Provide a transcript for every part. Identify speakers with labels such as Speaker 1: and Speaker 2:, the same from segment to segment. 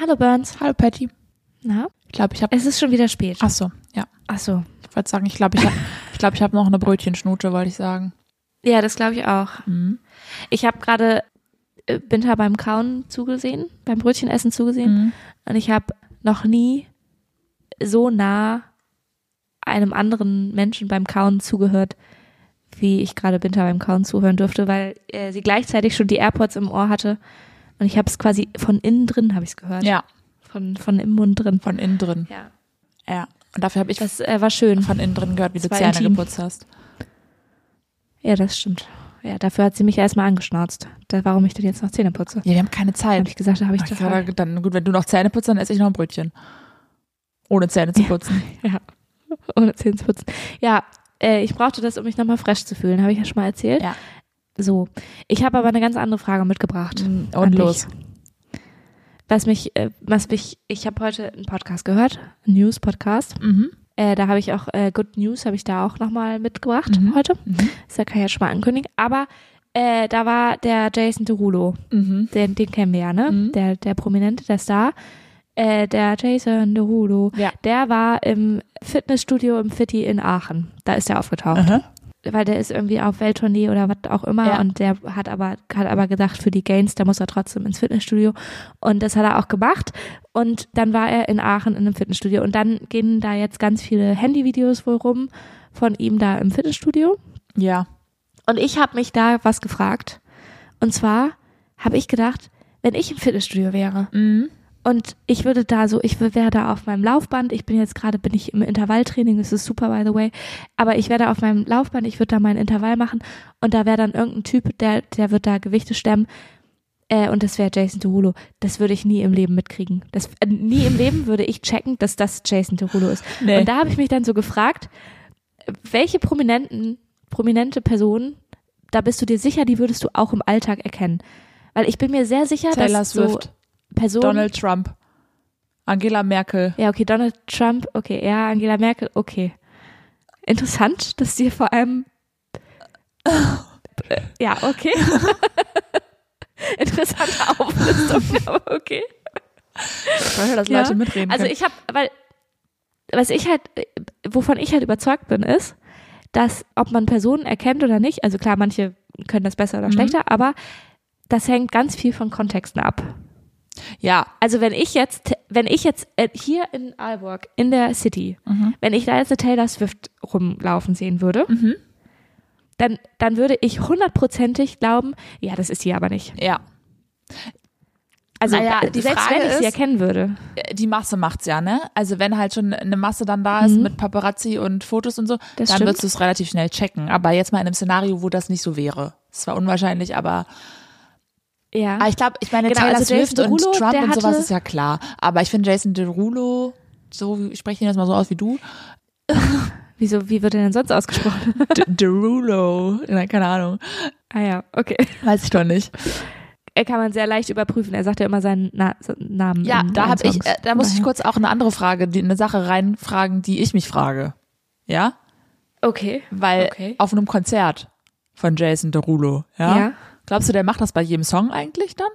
Speaker 1: Hallo Burns.
Speaker 2: Hallo Patty.
Speaker 1: Na?
Speaker 2: Ich glaube, ich habe.
Speaker 1: Es ist schon wieder spät.
Speaker 2: Ach so, ja.
Speaker 1: Ach so.
Speaker 2: Ich wollte sagen, ich glaube, ich habe ich glaub, ich hab noch eine Brötchenschnute, wollte ich sagen.
Speaker 1: Ja, das glaube ich auch.
Speaker 2: Mhm.
Speaker 1: Ich habe gerade äh, Binta beim Kauen zugesehen, beim Brötchenessen zugesehen.
Speaker 2: Mhm.
Speaker 1: Und ich habe noch nie so nah einem anderen Menschen beim Kauen zugehört, wie ich gerade Binta beim Kauen zuhören durfte, weil äh, sie gleichzeitig schon die AirPods im Ohr hatte. Und ich habe es quasi von innen drin, habe ich es gehört.
Speaker 2: Ja,
Speaker 1: Von, von im Mund drin.
Speaker 2: von innen drin.
Speaker 1: Ja.
Speaker 2: Ja. Und dafür habe ich
Speaker 1: Das äh, war schön.
Speaker 2: von innen drin gehört, wie du
Speaker 1: Das war
Speaker 2: Zähne
Speaker 1: intim.
Speaker 2: geputzt hast.
Speaker 1: Ja, das stimmt. Ja, dafür hat sie mich ja erstmal angeschnauzt. Da, warum ich denn jetzt noch Zähne putze?
Speaker 2: Ja, wir haben keine
Speaker 1: Habe
Speaker 2: Zeit.
Speaker 1: ich gesagt, da habe ich
Speaker 2: Ach,
Speaker 1: das.
Speaker 2: ja, dann, gut, wenn du noch Zähne putzt, dann esse ich noch ein Brötchen. Ohne Zähne zu putzen.
Speaker 1: Ja. Ohne Zähne zu putzen. Ja, äh, ich brauchte das, um mich nochmal fresh zu fühlen, habe ich ja schon mal erzählt.
Speaker 2: Ja.
Speaker 1: So. Ich habe aber eine ganz andere Frage mitgebracht.
Speaker 2: Mhm,
Speaker 1: an
Speaker 2: Und
Speaker 1: dich.
Speaker 2: los.
Speaker 1: Was mich, äh, was mich, ich habe heute einen Podcast gehört, einen News-Podcast.
Speaker 2: Mhm.
Speaker 1: Äh, da habe ich auch, äh, Good News habe ich da auch nochmal mitgebracht
Speaker 2: Mhm.
Speaker 1: heute.
Speaker 2: Mhm.
Speaker 1: Das kann ich ja schon mal ankündigen. Aber äh, da war der Jason Derulo.
Speaker 2: Mhm.
Speaker 1: den, den kennen wir ja, ne?
Speaker 2: Mhm.
Speaker 1: Der, der Prominente, der Star. Äh, der Jason Derulo,
Speaker 2: Ja.
Speaker 1: der war im Fitnessstudio im Fitti in Aachen. Da ist er aufgetaucht.
Speaker 2: Aha.
Speaker 1: Weil der ist irgendwie auf Welttournee oder was auch immer.
Speaker 2: Ah. Ja.
Speaker 1: Und der hat aber, hat aber gedacht, für die Gains, da muss er trotzdem ins Fitnessstudio. Und das hat er auch gemacht. Und dann war er in Aachen in einem Fitnessstudio. Und dann gehen da jetzt ganz viele Handyvideos wohl rum von ihm da im Fitnessstudio.
Speaker 2: Ja.
Speaker 1: Und ich habe mich da was gefragt. Und zwar habe ich gedacht, wenn ich im Fitnessstudio wäre
Speaker 2: Mhm.
Speaker 1: und ich würde da so, ich wär- wäre da auf meinem Laufband, ich bin jetzt gerade, bin ich im Intervalltraining, das ist super, by the way, aber ich wäre da auf meinem Laufband, ich würde da mein Intervall machen und da wäre dann irgendein Typ, der, der wird da Gewichte stemmen äh, und das wäre Jason Derulo. Das würde ich nie im Leben mitkriegen. Das, äh, nie im Leben würde ich checken, dass das Jason Derulo ist.
Speaker 2: Nee.
Speaker 1: Und da habe ich mich dann so gefragt, welche prominenten, prominente Personen, da bist du dir sicher, die würdest du auch im Alltag erkennen. Weil ich bin mir sehr sicher,
Speaker 2: Taylor
Speaker 1: dass
Speaker 2: Swift,
Speaker 1: so Personen.
Speaker 2: Donald Trump, Angela Merkel.
Speaker 1: Ja, okay, Donald Trump, okay, ja, Angela Merkel, okay. Interessant, dass dir vor allem. Äh, Ja, okay. Interessante Auflistung, aber okay.
Speaker 2: Ich wollte, dass
Speaker 1: Ja.
Speaker 2: Leute mitreden
Speaker 1: Also
Speaker 2: können.
Speaker 1: ich habe, weil was ich halt, äh, wovon ich halt überzeugt bin, ist, dass ob man Personen erkennt oder nicht, also klar, manche können das besser oder
Speaker 2: Mhm.
Speaker 1: schlechter, aber das hängt ganz viel von Kontexten ab.
Speaker 2: ja.
Speaker 1: Also wenn ich jetzt, wenn ich jetzt äh, hier in Aalborg in der City,
Speaker 2: Mhm.
Speaker 1: wenn ich da jetzt eine Taylor Swift rumlaufen sehen würde,
Speaker 2: Mhm.
Speaker 1: dann dann würde ich hundertprozentig glauben, ja, das ist sie aber nicht.
Speaker 2: Ja.
Speaker 1: Also
Speaker 2: Naja,
Speaker 1: da,
Speaker 2: die
Speaker 1: selbst
Speaker 2: Frage
Speaker 1: wenn ich sie
Speaker 2: ist-
Speaker 1: erkennen würde.
Speaker 2: die Masse macht's ja, ne? Also wenn halt schon eine Masse dann da ist
Speaker 1: Mhm.
Speaker 2: mit Paparazzi und Fotos und so,
Speaker 1: Das
Speaker 2: dann
Speaker 1: stimmt.
Speaker 2: würdest du es relativ schnell checken. Aber jetzt mal in einem Szenario, wo das nicht so wäre. Es zwar unwahrscheinlich, aber,
Speaker 1: Ja.
Speaker 2: aber Ah, ich glaube, ich meine,
Speaker 1: Genau,
Speaker 2: Taylor
Speaker 1: also Jason
Speaker 2: Swift und
Speaker 1: Derulo,
Speaker 2: Trump
Speaker 1: der
Speaker 2: und sowas
Speaker 1: hatte-
Speaker 2: ist ja klar. Aber ich finde Jason Derulo, so wie- ich spreche ihn jetzt mal so aus wie du.
Speaker 1: Wieso? Wie wird er denn sonst ausgesprochen?
Speaker 2: D Derulo, ja, keine Ahnung,
Speaker 1: ah ja, okay.
Speaker 2: weiß ich doch nicht.
Speaker 1: Er kann man sehr leicht überprüfen. Er sagt ja immer seinen Na seinen Namen.
Speaker 2: Ja,
Speaker 1: in
Speaker 2: da
Speaker 1: allen
Speaker 2: habe ich,
Speaker 1: Songs.
Speaker 2: äh, da muss ich
Speaker 1: Daher-
Speaker 2: kurz auch eine andere Frage, die, eine Sache reinfragen, die ich mich frage. Ja,
Speaker 1: Okay.
Speaker 2: weil
Speaker 1: Okay.
Speaker 2: auf einem Konzert von Jason Derulo,
Speaker 1: Ja.
Speaker 2: Glaubst du, der macht das bei jedem Song eigentlich dann?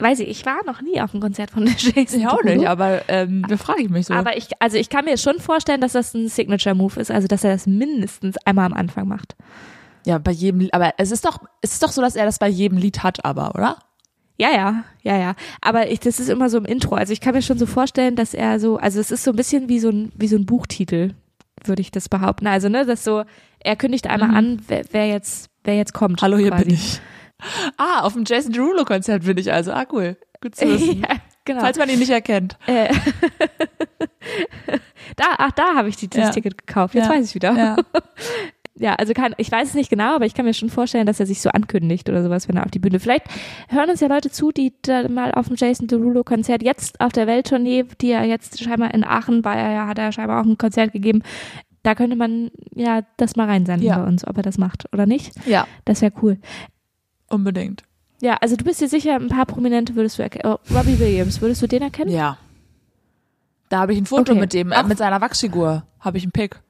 Speaker 1: Weiß ich, ich war noch nie auf einem Konzert von Jason. Derulo.
Speaker 2: aber ähm, da frage ich mich so.
Speaker 1: Aber ich, also ich kann mir schon vorstellen, dass das ein Signature-Move ist, also dass er das mindestens einmal am Anfang macht.
Speaker 2: ja, bei jedem, Lied- aber es ist doch, es ist doch so, dass er das bei jedem Lied hat, aber, oder?
Speaker 1: Ja, ja, ja, ja. Aber ich, das ist immer so im Intro. Also ich kann mir schon so vorstellen, dass er so, also es ist so ein bisschen wie so ein, wie so ein Buchtitel, würde ich das behaupten. Also, ne, das so, er kündigt einmal an, wer, wer jetzt, wer jetzt kommt.
Speaker 2: Hallo, hier
Speaker 1: quasi.
Speaker 2: bin ich. Ah, auf dem Jason Derulo Konzert bin ich also. Ah, cool. Gut zu wissen.
Speaker 1: ja, genau.
Speaker 2: Falls man ihn nicht erkennt.
Speaker 1: Äh, da, ach, da habe ich die, das
Speaker 2: Ja.
Speaker 1: Ticket gekauft. Jetzt
Speaker 2: Ja.
Speaker 1: weiß ich wieder. Ja,
Speaker 2: Ja.
Speaker 1: also kann, ich weiß es nicht genau, aber ich kann mir schon vorstellen, dass er sich so ankündigt oder sowas, wenn er auf die Bühne. Vielleicht hören uns ja Leute zu, die da mal auf dem Jason Derulo Konzert jetzt auf der Welttournee, die er jetzt scheinbar in Aachen war, er ja, hat er scheinbar auch ein Konzert gegeben. Da könnte man ja das mal reinsenden
Speaker 2: Ja.
Speaker 1: bei uns, ob er das macht oder nicht.
Speaker 2: ja,
Speaker 1: Das wäre cool.
Speaker 2: unbedingt.
Speaker 1: Ja, also du bist dir sicher, ein paar Prominente würdest du erkennen. Oh, Robbie Williams, würdest du den erkennen?
Speaker 2: Ja. Da habe ich ein Foto
Speaker 1: Okay.
Speaker 2: mit dem, äh,
Speaker 1: Ach.
Speaker 2: mit seiner Wachsfigur. Habe ich einen Pick.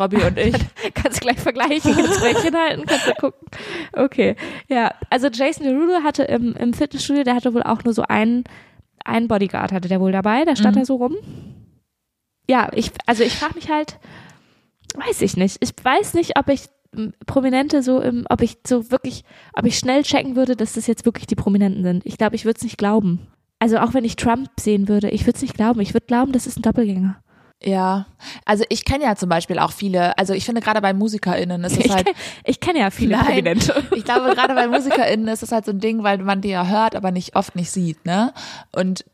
Speaker 2: Robbie und ich.
Speaker 1: Kannst gleich vergleichen, kannst gleich hinhalten, kannst du gucken. Okay, ja. Also Jason Derulo hatte im, im Fitnessstudio, der hatte wohl auch nur so einen einen Bodyguard hatte der wohl dabei, der
Speaker 2: Mhm.
Speaker 1: stand da so rum. Ja, ich, also ich frage mich halt, weiß ich nicht. Ich weiß nicht, ob ich m, Prominente so im, ob ich so wirklich, ob ich schnell checken würde, dass das jetzt wirklich die Prominenten sind. Ich glaube, ich würde es nicht glauben. Also auch wenn ich Trump sehen würde, ich würde es nicht glauben. Ich würde glauben, das ist ein Doppelgänger.
Speaker 2: Ja, also ich kenne ja zum Beispiel auch viele, also ich finde gerade bei MusikerInnen ist es
Speaker 1: Ich
Speaker 2: halt,
Speaker 1: kenn- ich kenne ja viele
Speaker 2: Nein.
Speaker 1: Prominente.
Speaker 2: ich glaube gerade bei MusikerInnen ist es halt so ein Ding, weil man die ja hört, aber nicht oft nicht sieht, ne? Und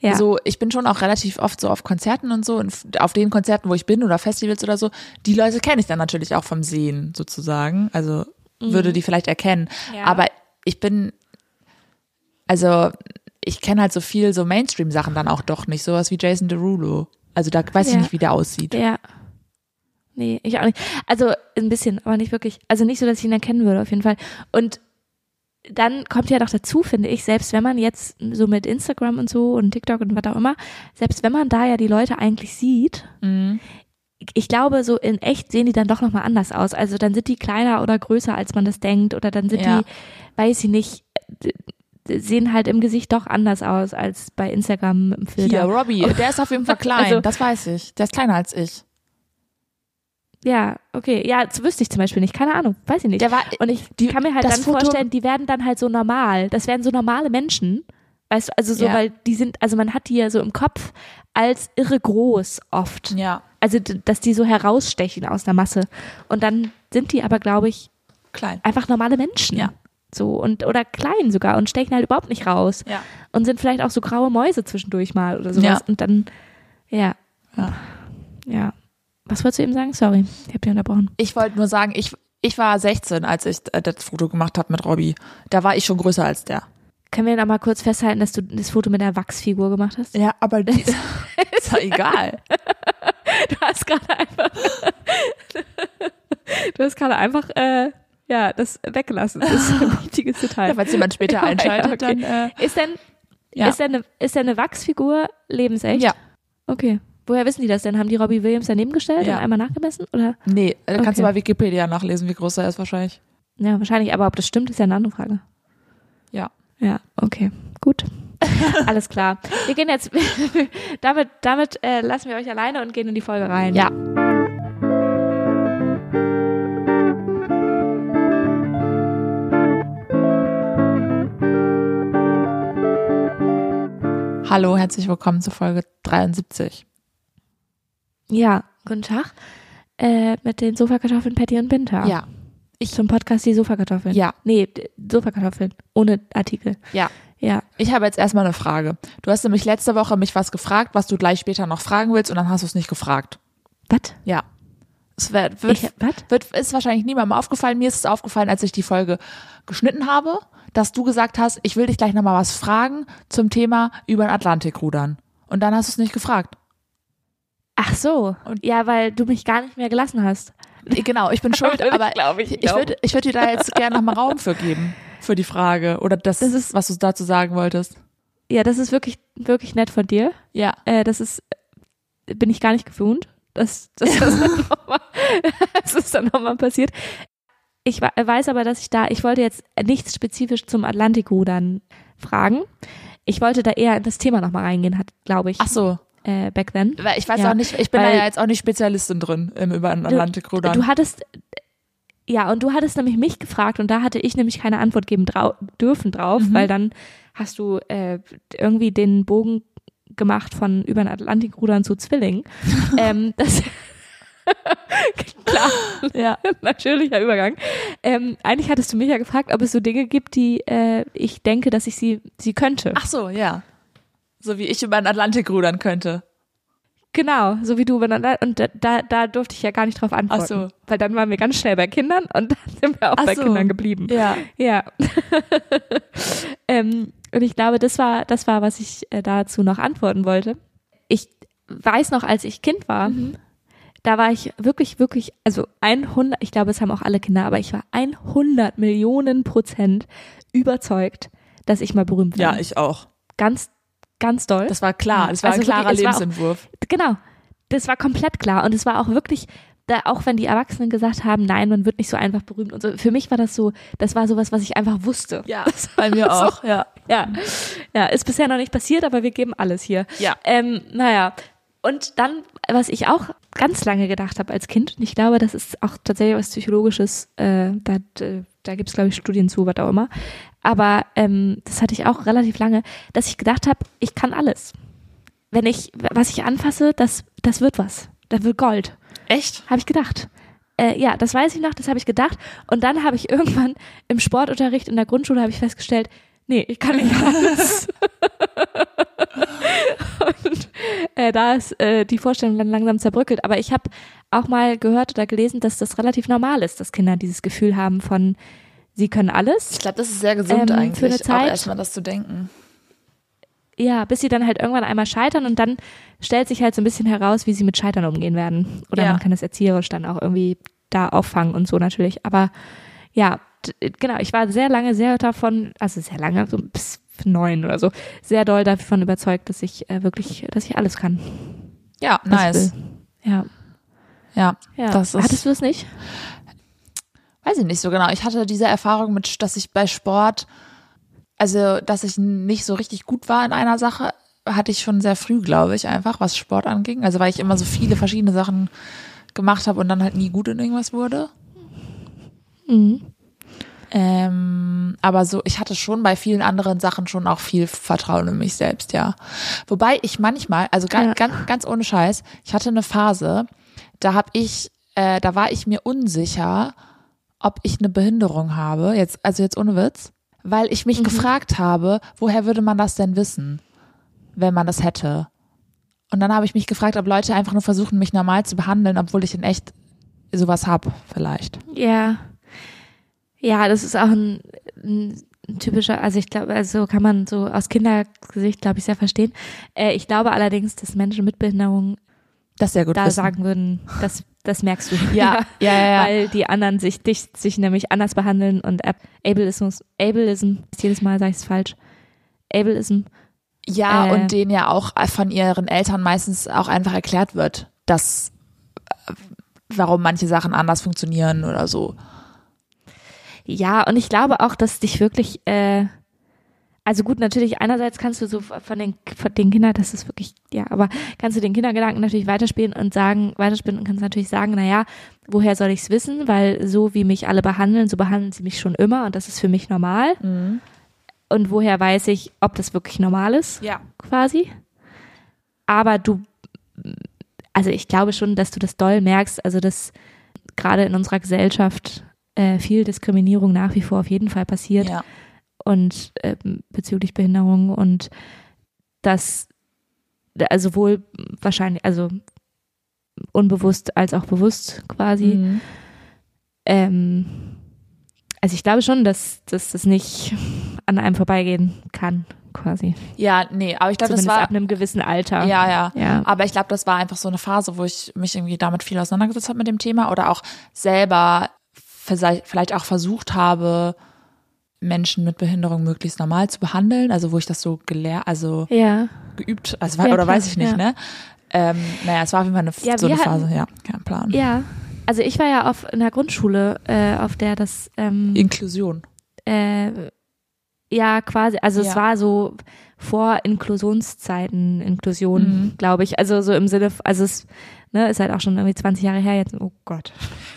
Speaker 1: Ja.
Speaker 2: so, ich bin schon auch relativ oft so auf Konzerten und so und f- auf den Konzerten, wo ich bin oder Festivals oder so, die Leute kenne ich dann natürlich auch vom Sehen sozusagen, also würde die vielleicht erkennen,
Speaker 1: Mhm. Ja.
Speaker 2: aber ich bin, also ich kenne halt so viel so Mainstream-Sachen dann auch doch nicht, sowas wie Jason Derulo, also da weiß
Speaker 1: Ja.
Speaker 2: ich nicht, wie der aussieht.
Speaker 1: Ja. Nee, ich auch nicht. Also ein bisschen, aber nicht wirklich. Also nicht so, dass ich ihn erkennen würde, auf jeden Fall. Und dann kommt ja noch dazu, finde ich, selbst wenn man jetzt so mit Instagram und so und TikTok und was auch immer, selbst wenn man da ja die Leute eigentlich sieht,
Speaker 2: Mhm.
Speaker 1: ich glaube, so in echt sehen die dann doch nochmal anders aus. Also dann sind die kleiner oder größer, als man das denkt, oder dann sind
Speaker 2: Ja.
Speaker 1: die, weiß ich nicht, d- d- sehen halt im Gesicht doch anders aus als bei Instagram im Filter.
Speaker 2: Hier, Robbie, der ist auf jeden Fall klein,
Speaker 1: Oh. Also-
Speaker 2: das weiß ich. Der ist kleiner als ich.
Speaker 1: Ja, okay. Ja, das wüsste ich zum Beispiel nicht. Keine Ahnung. Weiß ich nicht.
Speaker 2: Der war-
Speaker 1: und ich
Speaker 2: die-
Speaker 1: kann mir halt
Speaker 2: das
Speaker 1: dann
Speaker 2: Foto-
Speaker 1: vorstellen, die werden dann halt so normal. Das werden so normale Menschen. Weißt du, also so,
Speaker 2: Ja.
Speaker 1: weil die sind, also man hat die ja so im Kopf als irre groß oft.
Speaker 2: Ja,
Speaker 1: Also, d- dass die so herausstechen aus der Masse. Und dann sind die aber, glaube ich,
Speaker 2: klein.
Speaker 1: einfach normale Menschen.
Speaker 2: Ja.
Speaker 1: So und oder klein sogar und stechen halt überhaupt nicht raus.
Speaker 2: Ja.
Speaker 1: Und sind vielleicht auch so graue Mäuse zwischendurch mal oder sowas.
Speaker 2: Ja.
Speaker 1: Und dann, ja.
Speaker 2: Ja.
Speaker 1: Ja. Was wolltest du eben sagen? Sorry, ich hab dich unterbrochen.
Speaker 2: Ich wollte nur sagen, ich, ich war 16, als ich äh, das Foto gemacht habe mit Robbie. Da war ich schon größer als der.
Speaker 1: Können wir noch mal kurz festhalten, dass du das Foto mit einer Wachsfigur gemacht hast?
Speaker 2: Ja, aber das ist doch egal.
Speaker 1: Du hast gerade einfach, du hast gerade einfach, äh, ja, das weggelassen. Das ist ein wichtiges Detail.
Speaker 2: Ja, falls jemand später einschaltet,
Speaker 1: Ja, okay.
Speaker 2: dann. Äh,
Speaker 1: Ist denn,
Speaker 2: ja.
Speaker 1: ist denn, eine, ist denn eine Wachsfigur lebensecht?
Speaker 2: ja.
Speaker 1: Okay. Woher wissen die das denn? Haben die Robbie Williams daneben gestellt
Speaker 2: Ja.
Speaker 1: und einmal nachgemessen? Oder?
Speaker 2: Nee, da kannst du
Speaker 1: Okay.
Speaker 2: bei Wikipedia nachlesen, wie groß er ist wahrscheinlich.
Speaker 1: Ja, wahrscheinlich, aber ob das stimmt, ist ja eine andere Frage.
Speaker 2: Ja.
Speaker 1: Ja, okay, gut. Alles klar. Wir gehen jetzt, damit, damit äh, lassen wir euch alleine und gehen in die Folge rein.
Speaker 2: Ja. Hallo, herzlich willkommen zur Folge 73.
Speaker 1: Ja, guten Tag. Äh, mit den Sofakartoffeln Patty und Binta.
Speaker 2: Ja.
Speaker 1: Ich zum Podcast die Sofakartoffeln.
Speaker 2: Ja.
Speaker 1: Nee, d- Sofakartoffeln. Ohne Artikel.
Speaker 2: Ja.
Speaker 1: Ja.
Speaker 2: Ich habe jetzt erstmal eine Frage. Du hast nämlich letzte Woche mich was gefragt, was du gleich später noch fragen willst und dann hast du es nicht gefragt.
Speaker 1: Was?
Speaker 2: Ja. Es wär, wird,
Speaker 1: Ich, was?
Speaker 2: wird, ist wahrscheinlich niemandem aufgefallen. Mir ist es aufgefallen, als ich die Folge geschnitten habe, dass du gesagt hast, ich will dich gleich nochmal was fragen zum Thema über den Atlantik rudern. Und dann hast du es nicht gefragt.
Speaker 1: Ach so.
Speaker 2: Und-
Speaker 1: ja, weil du mich gar nicht mehr gelassen hast.
Speaker 2: Genau, ich bin schuld, aber
Speaker 1: glaube ich,
Speaker 2: ich würde ich würd dir da jetzt gerne nochmal Raum für geben, für die Frage. Oder das,
Speaker 1: Das
Speaker 2: ist, was du dazu sagen wolltest.
Speaker 1: Ja, das ist wirklich, wirklich nett von dir.
Speaker 2: Ja.
Speaker 1: Äh, das ist, äh, bin ich gar nicht gewohnt. Das, das, das, dann noch mal, das ist dann nochmal passiert. Ich wa- äh, weiß aber, dass ich da, ich wollte jetzt nichts spezifisch zum Atlantikrudern fragen. Ich wollte da eher in das Thema nochmal reingehen, hat, glaube ich,
Speaker 2: Ach so.
Speaker 1: äh, back then.
Speaker 2: Weil ich weiß
Speaker 1: Ja,
Speaker 2: auch nicht, ich bin da
Speaker 1: weil-
Speaker 2: ja jetzt auch nicht Spezialistin drin im über den Atlantik rudern.
Speaker 1: Du hattest, ja, und du hattest nämlich mich gefragt und da hatte ich nämlich keine Antwort geben drau dürfen drauf,
Speaker 2: Mhm.
Speaker 1: weil dann hast du äh, irgendwie den Bogen gemacht von über den Atlantikrudern zu Zwilling. ähm, das Klar,
Speaker 2: ja.
Speaker 1: natürlicher Übergang. Ähm, eigentlich hattest du mich ja gefragt, ob es so Dinge gibt, die äh, ich denke, dass ich sie, sie könnte.
Speaker 2: Ach so, ja. So wie ich über den Atlantik rudern könnte.
Speaker 1: Genau, so wie du. Und da- Und da, da durfte ich ja gar nicht drauf antworten.
Speaker 2: Ach so.
Speaker 1: Weil dann waren wir ganz schnell bei Kindern und dann sind wir auch
Speaker 2: Ach
Speaker 1: bei
Speaker 2: so.
Speaker 1: Kindern geblieben.
Speaker 2: Ja.
Speaker 1: Ja. ähm, und ich glaube, das war, das war, was ich äh, dazu noch antworten wollte. Ich weiß noch, als ich Kind war,
Speaker 2: Mhm.
Speaker 1: da war ich wirklich, wirklich, also 100, ich glaube, es haben auch alle Kinder, aber ich war 100 Millionen Prozent überzeugt, dass ich mal berühmt werde.
Speaker 2: Ja, ich auch.
Speaker 1: ganz, ganz doll.
Speaker 2: Das war klar. Das war
Speaker 1: Also
Speaker 2: ein klarer
Speaker 1: wirklich, es war auch-
Speaker 2: Lebensentwurf.
Speaker 1: Genau. Das war komplett klar und es war auch wirklich da, auch wenn die Erwachsenen gesagt haben, nein, man wird nicht so einfach berühmt und so. Für mich war das so, das war sowas, was ich einfach wusste.
Speaker 2: Ja, bei mir auch, ja.
Speaker 1: Ja, ja, ist bisher noch nicht passiert, aber wir geben alles hier.
Speaker 2: Ja.
Speaker 1: Ähm, naja. Und dann, was ich auch ganz lange gedacht habe als Kind, und ich glaube, das ist auch tatsächlich was Psychologisches, äh, da, äh, da gibt es, glaube ich, Studien zu, was auch immer. Aber ähm, das hatte ich auch relativ lange, dass ich gedacht habe, ich kann alles. Wenn ich, was ich anfasse, das, das wird was. Das wird Gold.
Speaker 2: Echt?
Speaker 1: Habe ich gedacht. Äh, ja, das weiß ich noch, das habe ich gedacht. Und dann habe ich irgendwann im Sportunterricht in der Grundschule habe ich festgestellt, nee, ich kann nicht alles. Und äh, da ist äh, die Vorstellung dann langsam zerbröckelt. Aber ich habe auch mal gehört oder gelesen, dass das relativ normal ist, dass Kinder dieses Gefühl haben von, sie können alles.
Speaker 2: Ich glaube, das ist sehr gesund
Speaker 1: Ähm,
Speaker 2: eigentlich,
Speaker 1: für eine
Speaker 2: auch
Speaker 1: Zeit-
Speaker 2: erstmal das zu denken.
Speaker 1: Ja, bis sie dann halt irgendwann einmal scheitern und dann stellt sich halt so ein bisschen heraus, wie sie mit Scheitern umgehen werden. Oder
Speaker 2: Ja.
Speaker 1: man kann das erzieherisch dann auch irgendwie da auffangen und so natürlich. Aber ja, d- genau, ich war sehr lange sehr davon, also sehr lange, so bis neun oder so, sehr doll davon überzeugt, dass ich äh, wirklich, dass ich alles kann.
Speaker 2: Ja,
Speaker 1: was ich
Speaker 2: nice.
Speaker 1: will. Ja,
Speaker 2: Ja,
Speaker 1: ja.
Speaker 2: Das ist-
Speaker 1: Hattest du es nicht?
Speaker 2: weiß ich nicht so genau. Ich hatte diese Erfahrung mit, dass ich bei Sport, also dass ich nicht so richtig gut war in einer Sache, hatte ich schon sehr früh, glaube ich, einfach, was Sport anging. Also weil ich immer so viele verschiedene Sachen gemacht habe und dann halt nie gut in irgendwas wurde.
Speaker 1: Mhm.
Speaker 2: Ähm, aber so, ich hatte schon bei vielen anderen Sachen schon auch viel Vertrauen in mich selbst, ja. Wobei ich manchmal, also ganz,
Speaker 1: Ja.
Speaker 2: ganz, ganz ohne Scheiß, ich hatte eine Phase, da habe ich, äh, da war ich mir unsicher, ob ich eine Behinderung habe, jetzt, also jetzt ohne Witz, weil ich
Speaker 1: Mhm.
Speaker 2: mich gefragt habe, woher würde man das denn wissen, wenn man das hätte? Und dann habe ich mich gefragt, ob Leute einfach nur versuchen, mich normal zu behandeln, obwohl ich in echt sowas hab, vielleicht.
Speaker 1: Ja. Ja, das ist auch ein, ein typischer, also ich glaube, also kann man so aus Kindergesicht, glaube ich, sehr verstehen. Äh, ich glaube allerdings, dass Menschen mit Behinderung
Speaker 2: Das ist ja gut.
Speaker 1: da
Speaker 2: wissen.
Speaker 1: sagen würden, das, das merkst du.
Speaker 2: Ja, ja, ja, ja.
Speaker 1: Weil die anderen sich, dich, sich nämlich anders behandeln und Ab- Ableism, Ableism, jedes Mal sage ich es falsch. Ableism.
Speaker 2: Ja,
Speaker 1: Äh.
Speaker 2: und denen ja auch von ihren Eltern meistens auch einfach erklärt wird, dass äh, warum manche Sachen anders funktionieren oder so.
Speaker 1: Ja, und ich glaube auch, dass dich wirklich, äh, also gut, natürlich einerseits kannst du so von den, von den Kindern, das ist wirklich, ja, aber kannst du den Kindergedanken natürlich weiterspielen und sagen, weiterspielen und kannst natürlich sagen, na ja, woher soll ich's wissen? Weil so wie mich alle behandeln, so behandeln sie mich schon immer und das ist für mich normal.
Speaker 2: Mhm.
Speaker 1: Und woher weiß ich, ob das wirklich normal ist?
Speaker 2: Ja.
Speaker 1: quasi. Aber du, also ich glaube schon, dass du das doll merkst, also dass gerade in unserer Gesellschaft äh, viel Diskriminierung nach wie vor auf jeden Fall passiert
Speaker 2: Ja.
Speaker 1: und ähm, bezüglich Behinderung und das also sowohl wahrscheinlich, also unbewusst als auch bewusst quasi.
Speaker 2: Mhm.
Speaker 1: Ähm, also ich glaube schon, dass, dass das nicht an einem vorbeigehen kann, quasi.
Speaker 2: ja, nee, aber ich glaube, das
Speaker 1: Zumindest
Speaker 2: war.
Speaker 1: ab einem gewissen Alter.
Speaker 2: Ja, ja.
Speaker 1: Ja.
Speaker 2: Aber ich glaube, das war einfach so eine Phase, wo ich mich irgendwie damit viel auseinandergesetzt habe mit dem Thema oder auch selber versei- vielleicht auch versucht habe, Menschen mit Behinderung möglichst normal zu behandeln. Also wo ich das so gelehrt, also
Speaker 1: Ja.
Speaker 2: geübt, also war,
Speaker 1: Ja,
Speaker 2: oder
Speaker 1: klar,
Speaker 2: weiß ich nicht,
Speaker 1: ja.
Speaker 2: ne? Ähm, naja, es war auf jeden Fall eine,
Speaker 1: Ja,
Speaker 2: so eine
Speaker 1: wir
Speaker 2: Phase, ja, kein Plan.
Speaker 1: Ja. Also ich war ja auf einer Grundschule, äh, auf der das ähm,
Speaker 2: Inklusion.
Speaker 1: äh, ja quasi, also
Speaker 2: Ja.
Speaker 1: es war so vor Inklusionszeiten Inklusion, glaube ich. Also so im Sinne, f- also es ne, ist halt auch schon irgendwie 20 Jahre her jetzt. Oh Gott.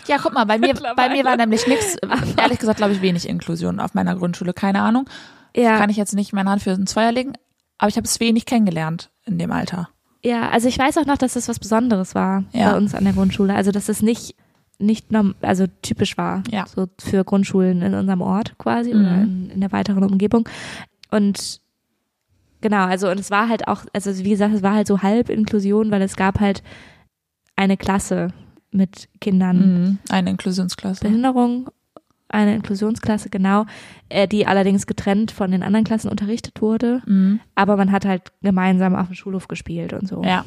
Speaker 2: Ja, guck mal, bei mir, bei mir war nämlich nichts, ehrlich gesagt, glaube ich, wenig Inklusion auf meiner Grundschule, keine Ahnung.
Speaker 1: Ja.
Speaker 2: Kann ich jetzt nicht meine Hand für ins Feuer legen, aber ich habe es wenig kennengelernt in dem Alter.
Speaker 1: Ja, also ich weiß auch noch, dass das was Besonderes war
Speaker 2: Ja.
Speaker 1: bei uns an der Grundschule. Also dass es nicht nicht norm also typisch war
Speaker 2: Ja. Mhm.
Speaker 1: so für Grundschulen in unserem Ort quasi oder in, in der weiteren Umgebung und genau also und es war halt auch also wie gesagt es war halt so halb Inklusion weil es gab halt eine Klasse mit Kindern
Speaker 2: Mhm. Eine Inklusionsklasse.
Speaker 1: Behinderung, eine Inklusionsklasse, genau, äh, die allerdings getrennt von den anderen Klassen unterrichtet wurde.
Speaker 2: Mhm.
Speaker 1: Aber man hat halt gemeinsam auf dem Schulhof gespielt und so.
Speaker 2: Ja,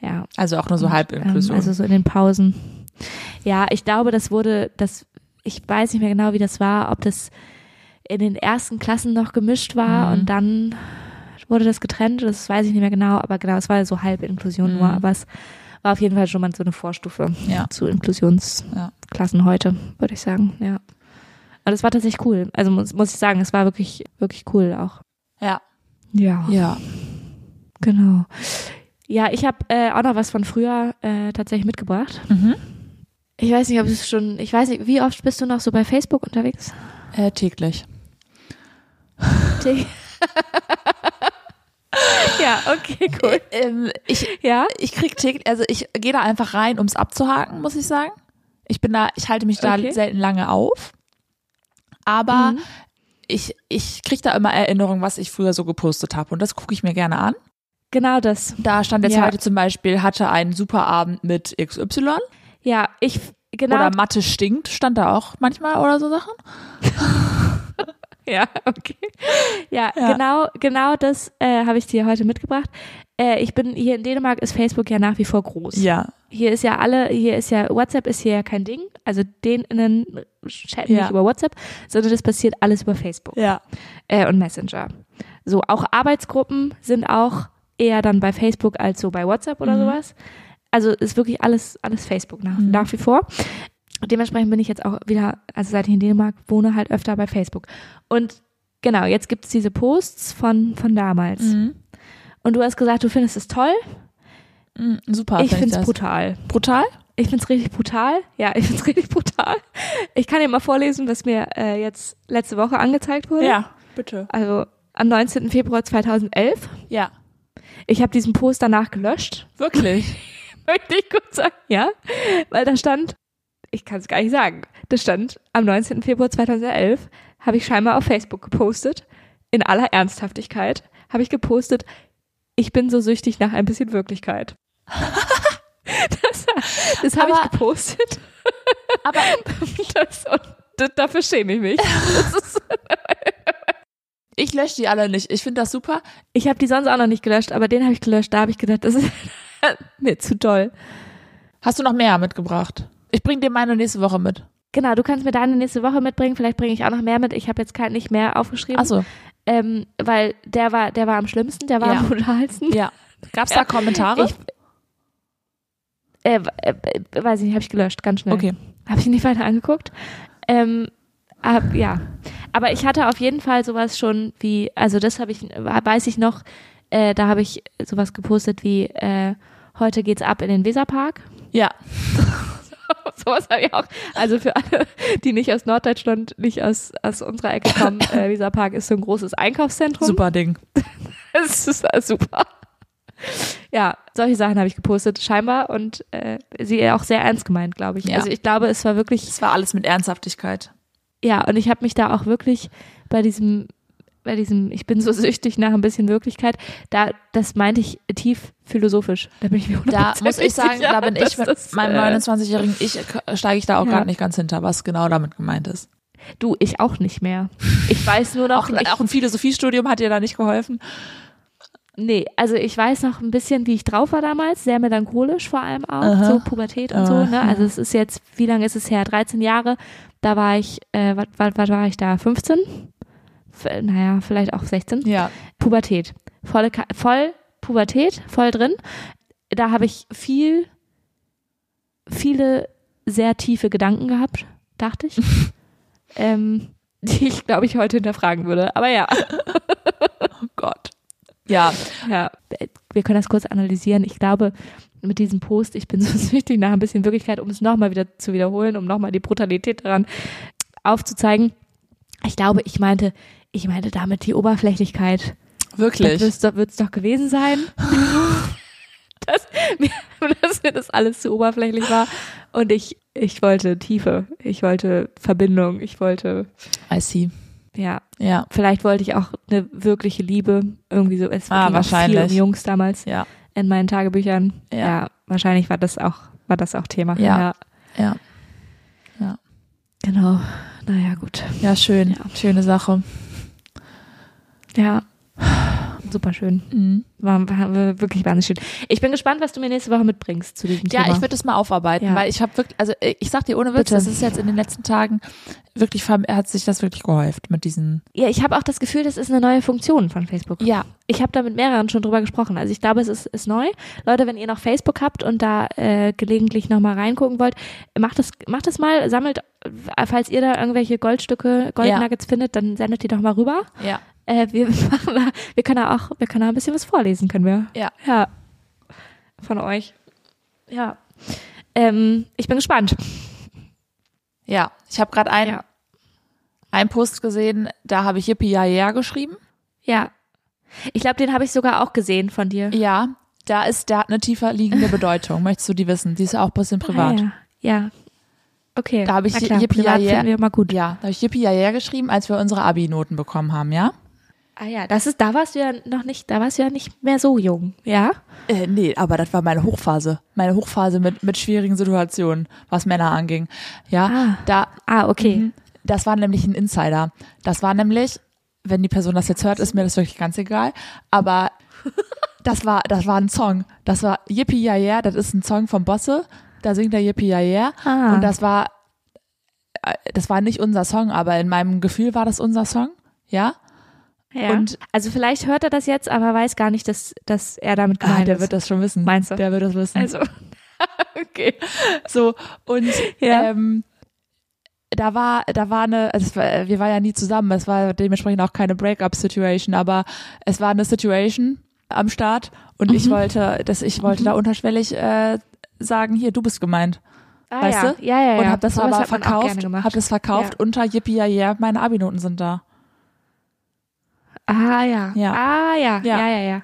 Speaker 1: Ja.
Speaker 2: also auch nur so halb
Speaker 1: Ähm,
Speaker 2: Inklusion.
Speaker 1: also so in den Pausen. Ja, ich glaube, das wurde, das, ich weiß nicht mehr genau, wie das war, ob das in den ersten Klassen noch gemischt war und dann wurde das getrennt, das weiß ich nicht mehr genau, aber genau, es war so halb Inklusion nur, aber es War auf jeden Fall schon mal so eine Vorstufe
Speaker 2: Ja.
Speaker 1: zu Inklusionsklassen
Speaker 2: Ja.
Speaker 1: heute, würde ich sagen, ja. Aber das war tatsächlich cool. Also muss, muss ich sagen, es war wirklich, wirklich cool auch.
Speaker 2: Ja.
Speaker 1: Ja,
Speaker 2: Ja.
Speaker 1: genau. Ja, ich habe äh, auch noch was von früher äh, tatsächlich mitgebracht.
Speaker 2: Mhm.
Speaker 1: Ich weiß nicht, ob es schon, ich weiß nicht, wie oft bist du noch so bei Facebook unterwegs?
Speaker 2: Äh, täglich.
Speaker 1: ja, okay, cool.
Speaker 2: Ähm, ich,
Speaker 1: Ja?
Speaker 2: ich krieg täglich, also ich gehe da einfach rein, ums abzuhaken, muss ich sagen. Ich bin da, ich halte mich da
Speaker 1: Okay.
Speaker 2: selten lange auf. Aber
Speaker 1: Mhm.
Speaker 2: ich, ich krieg da immer Erinnerungen, was ich früher so gepostet habe. Und das gucke ich mir gerne an.
Speaker 1: Genau das.
Speaker 2: Da stand jetzt
Speaker 1: Ja.
Speaker 2: heute zum Beispiel, hatte einen super Abend mit XY.
Speaker 1: Ja, ich, genau.
Speaker 2: Oder Mathe stinkt, stand da auch manchmal oder so Sachen.
Speaker 1: Ja, okay. Ja,
Speaker 2: Ja.
Speaker 1: genau, genau das äh, habe ich dir heute mitgebracht. Äh, ich bin hier in Dänemark ist Facebook ja nach wie vor groß.
Speaker 2: Ja.
Speaker 1: Hier ist ja alle, hier ist ja WhatsApp ist hier ja kein Ding. Also denen chatten
Speaker 2: Ja.
Speaker 1: nicht über WhatsApp, sondern das passiert alles über Facebook
Speaker 2: Ja.
Speaker 1: äh, und Messenger. So auch Arbeitsgruppen sind auch eher dann bei Facebook als so bei WhatsApp oder
Speaker 2: Mhm.
Speaker 1: sowas. Also ist wirklich alles alles Facebook nach, nach wie vor. Dementsprechend bin ich jetzt auch wieder, also seit ich in Dänemark wohne, halt öfter bei Facebook. Und genau, jetzt gibt's diese Posts von, von damals.
Speaker 2: Mhm.
Speaker 1: Und du hast gesagt, du findest es toll.
Speaker 2: Mhm. Super.
Speaker 1: ich
Speaker 2: find
Speaker 1: find's
Speaker 2: das.
Speaker 1: brutal.
Speaker 2: brutal.
Speaker 1: Ich find's richtig brutal. Ja, ich find's richtig brutal. Ich kann dir mal vorlesen, was mir äh, jetzt letzte Woche angezeigt wurde.
Speaker 2: Ja, bitte.
Speaker 1: Also am 19. Februar 2011.
Speaker 2: Ja.
Speaker 1: Ich habe diesen Post danach gelöscht,
Speaker 2: Wirklich?
Speaker 1: möchte ich kurz sagen, ja, weil da stand, ich kann es gar nicht sagen, da stand am 19. Februar 2011 habe ich scheinbar auf Facebook gepostet, in aller Ernsthaftigkeit habe ich gepostet, ich bin so süchtig nach ein bisschen Wirklichkeit. das das habe ich
Speaker 2: Aber-
Speaker 1: gepostet.
Speaker 2: Aber
Speaker 1: Das, und d- dafür schäme ich mich. Das ist,
Speaker 2: ich lösche die alle nicht. Ich finde das super.
Speaker 1: ich habe die sonst auch noch nicht gelöscht, aber den habe ich gelöscht, da habe ich gedacht, das ist mir zu doll.
Speaker 2: Hast du noch mehr mitgebracht? Ich bring dir meine nächste Woche mit.
Speaker 1: Genau, du kannst mir deine nächste Woche mitbringen. Vielleicht bringe ich auch noch mehr mit. Ich habe jetzt kein, nicht mehr aufgeschrieben,
Speaker 2: Achso,
Speaker 1: ähm, weil der war, der war am schlimmsten, der war
Speaker 2: Ja.
Speaker 1: am brutalsten.
Speaker 2: ja. Gab's da Kommentare?
Speaker 1: Ich, äh, äh, äh, weiß ich nicht, habe ich gelöscht, ganz schnell.
Speaker 2: okay.
Speaker 1: Habe ich nicht weiter angeguckt. Ähm, ab, ja, aber ich hatte auf jeden Fall sowas schon wie, also das habe ich, weiß ich noch, äh, da habe ich sowas gepostet wie, äh, heute geht's ab in den Weserpark.
Speaker 2: Ja.
Speaker 1: Sowas habe ich auch. Also für alle, die nicht aus Norddeutschland, nicht aus, aus unserer Ecke kommen, äh, Weserpark ist so ein großes Einkaufszentrum.
Speaker 2: Super Ding.
Speaker 1: Es ist äh, super. Ja, solche Sachen habe ich gepostet, scheinbar. Und äh, sie auch sehr ernst gemeint, glaube ich.
Speaker 2: Ja.
Speaker 1: Also ich glaube, es war wirklich,
Speaker 2: Es war alles mit Ernsthaftigkeit.
Speaker 1: ja, und ich habe mich da auch wirklich bei diesem, bei diesem, ich bin so süchtig nach ein bisschen Wirklichkeit, da, das meinte ich tief philosophisch. Da bin ich mir
Speaker 2: Da
Speaker 1: 100%
Speaker 2: muss ich sagen,
Speaker 1: sicher,
Speaker 2: da bin
Speaker 1: dass
Speaker 2: ich mit
Speaker 1: das,
Speaker 2: meinem
Speaker 1: äh,
Speaker 2: 29-jährigen Ich äh, steige ich da auch
Speaker 1: Ja.
Speaker 2: gerade nicht ganz hinter, was genau damit gemeint ist.
Speaker 1: Du, ich auch nicht mehr. Ich weiß nur noch,
Speaker 2: Auch,
Speaker 1: ich,
Speaker 2: auch ein Philosophiestudium hat dir da nicht geholfen.
Speaker 1: Nee, also ich weiß noch ein bisschen, wie ich drauf war damals, sehr melancholisch vor allem auch,
Speaker 2: Aha.
Speaker 1: so Pubertät und so. Ne?
Speaker 2: Aha.
Speaker 1: Also es ist jetzt, wie lange ist es her? 13 Jahre, da war ich, äh, was war ich da? 15? F naja, vielleicht auch 16.
Speaker 2: Ja.
Speaker 1: Pubertät. Volle, Ka- voll Pubertät, voll drin. Da habe ich viel, viele sehr tiefe Gedanken gehabt, dachte ich. ähm, die ich, glaube ich, heute hinterfragen würde. Aber ja.
Speaker 2: Oh Gott. Ja.
Speaker 1: Ja, äh, wir können das kurz analysieren. Ich glaube, mit diesem Post, ich bin so süchtig nach ein bisschen Wirklichkeit, um es nochmal wieder zu wiederholen, um nochmal die Brutalität daran aufzuzeigen. Ich glaube, ich meinte, ich meinte damit die Oberflächlichkeit.
Speaker 2: Wirklich.
Speaker 1: Das wird es doch gewesen sein. dass, mir, dass mir das alles zu oberflächlich war. Und ich, ich wollte Tiefe. Ich wollte Verbindung. Ich wollte,
Speaker 2: I see.
Speaker 1: ja,
Speaker 2: Ja.
Speaker 1: vielleicht wollte ich auch eine wirkliche Liebe. Irgendwie so. Es
Speaker 2: Ah,
Speaker 1: ging auch
Speaker 2: wahrscheinlich.
Speaker 1: Viel um Jungs damals
Speaker 2: Ja.
Speaker 1: in meinen Tagebüchern.
Speaker 2: Ja.
Speaker 1: Ja, wahrscheinlich war das auch, war das auch Thema.
Speaker 2: Ja. Ja.
Speaker 1: Genau. Naja, gut.
Speaker 2: Ja, schön.
Speaker 1: Ja.
Speaker 2: Schöne Sache.
Speaker 1: Ja. super schön.
Speaker 2: Mhm.
Speaker 1: War, war war wirklich wahnsinnig schön. Ich bin gespannt, was du mir nächste Woche mitbringst zu diesem
Speaker 2: Ja,
Speaker 1: Thema.
Speaker 2: ich würde das mal aufarbeiten,
Speaker 1: Ja.
Speaker 2: weil ich habe wirklich, also äh, ich sag dir ohne Witz,
Speaker 1: Bitte.
Speaker 2: das ist jetzt in den letzten Tagen wirklich, verm- hat sich das wirklich gehäuft mit diesen.
Speaker 1: ja, ich habe auch das Gefühl, das ist eine neue Funktion von Facebook.
Speaker 2: Ja,
Speaker 1: Ich habe da mit mehreren schon drüber gesprochen. Also ich glaube, es ist, ist neu. Leute, wenn ihr noch Facebook habt und da äh, gelegentlich nochmal reingucken wollt, macht das, macht das mal, sammelt, äh, falls ihr da irgendwelche Goldstücke, Goldnuggets findet, dann sendet die doch mal rüber.
Speaker 2: ja.
Speaker 1: Äh, wir machen da, wir können da auch, wir können da ein bisschen was vorlesen, können wir.
Speaker 2: Ja.
Speaker 1: Ja. Von euch. Ja. Ähm, ich bin gespannt.
Speaker 2: Ja, ich habe gerade einen,
Speaker 1: Ja.
Speaker 2: einen Post gesehen, da habe ich Yippie ja geschrieben.
Speaker 1: Ja. Ich glaube, den habe ich sogar auch gesehen von dir.
Speaker 2: Ja, da ist, der hat eine tiefer liegende Bedeutung. Möchtest du die wissen? Die ist ja auch ein bisschen privat.
Speaker 1: Ah, ja. ja. Okay.
Speaker 2: Da habe ich
Speaker 1: Na klar,
Speaker 2: Yippie
Speaker 1: privat
Speaker 2: Yay.
Speaker 1: finden wir immer gut.
Speaker 2: Ja, da habe ich Yippie ja geschrieben, als wir unsere Abi-Noten bekommen haben, ja?
Speaker 1: Ah ja, das ist, da warst du ja noch nicht, da warst du ja nicht mehr so jung, ja?
Speaker 2: Äh, nee, aber das war meine Hochphase. Meine Hochphase mit, mit schwierigen Situationen, was Männer anging. Ja,
Speaker 1: Ah.
Speaker 2: da,
Speaker 1: Ah, okay.
Speaker 2: Mhm. das war nämlich ein Insider. Das war nämlich, wenn die Person das jetzt hört, ist mir das wirklich ganz egal. Aber das war, das war ein Song. Das war Yippie Yeah Yeah, das ist ein Song von Bosse. Da singt er Yippie Yeah Yeah.
Speaker 1: Ah.
Speaker 2: Und das war, äh, das war nicht unser Song, aber in meinem Gefühl war das unser Song. Ja?
Speaker 1: Ja.
Speaker 2: Und-
Speaker 1: also vielleicht hört er das jetzt, aber weiß gar nicht, dass, dass er damit
Speaker 2: Ah,
Speaker 1: gemeint
Speaker 2: der
Speaker 1: ist.
Speaker 2: wird das schon wissen.
Speaker 1: Meinst du?
Speaker 2: Der wird das wissen.
Speaker 1: also, okay.
Speaker 2: So, und
Speaker 1: Ja.
Speaker 2: ähm, da war, da war eine, also es war, wir waren ja nie zusammen, es war dementsprechend auch keine Break-up-Situation, aber es war eine Situation am Start und
Speaker 1: Mhm.
Speaker 2: ich wollte, dass ich wollte da unterschwellig äh, sagen, hier, du bist gemeint,
Speaker 1: Ah,
Speaker 2: weißt
Speaker 1: ja.
Speaker 2: du?
Speaker 1: Ja, ja, ja.
Speaker 2: Und hab das
Speaker 1: Sowas
Speaker 2: aber
Speaker 1: hat man auch
Speaker 2: verkauft,
Speaker 1: gerne gemacht.
Speaker 2: hab das verkauft
Speaker 1: Ja.
Speaker 2: unter Yippie, ja, ja, meine Abi-Noten sind da.
Speaker 1: Ah ja.
Speaker 2: Ja.
Speaker 1: Ah ja.
Speaker 2: Ja.
Speaker 1: Ja, ja, ja.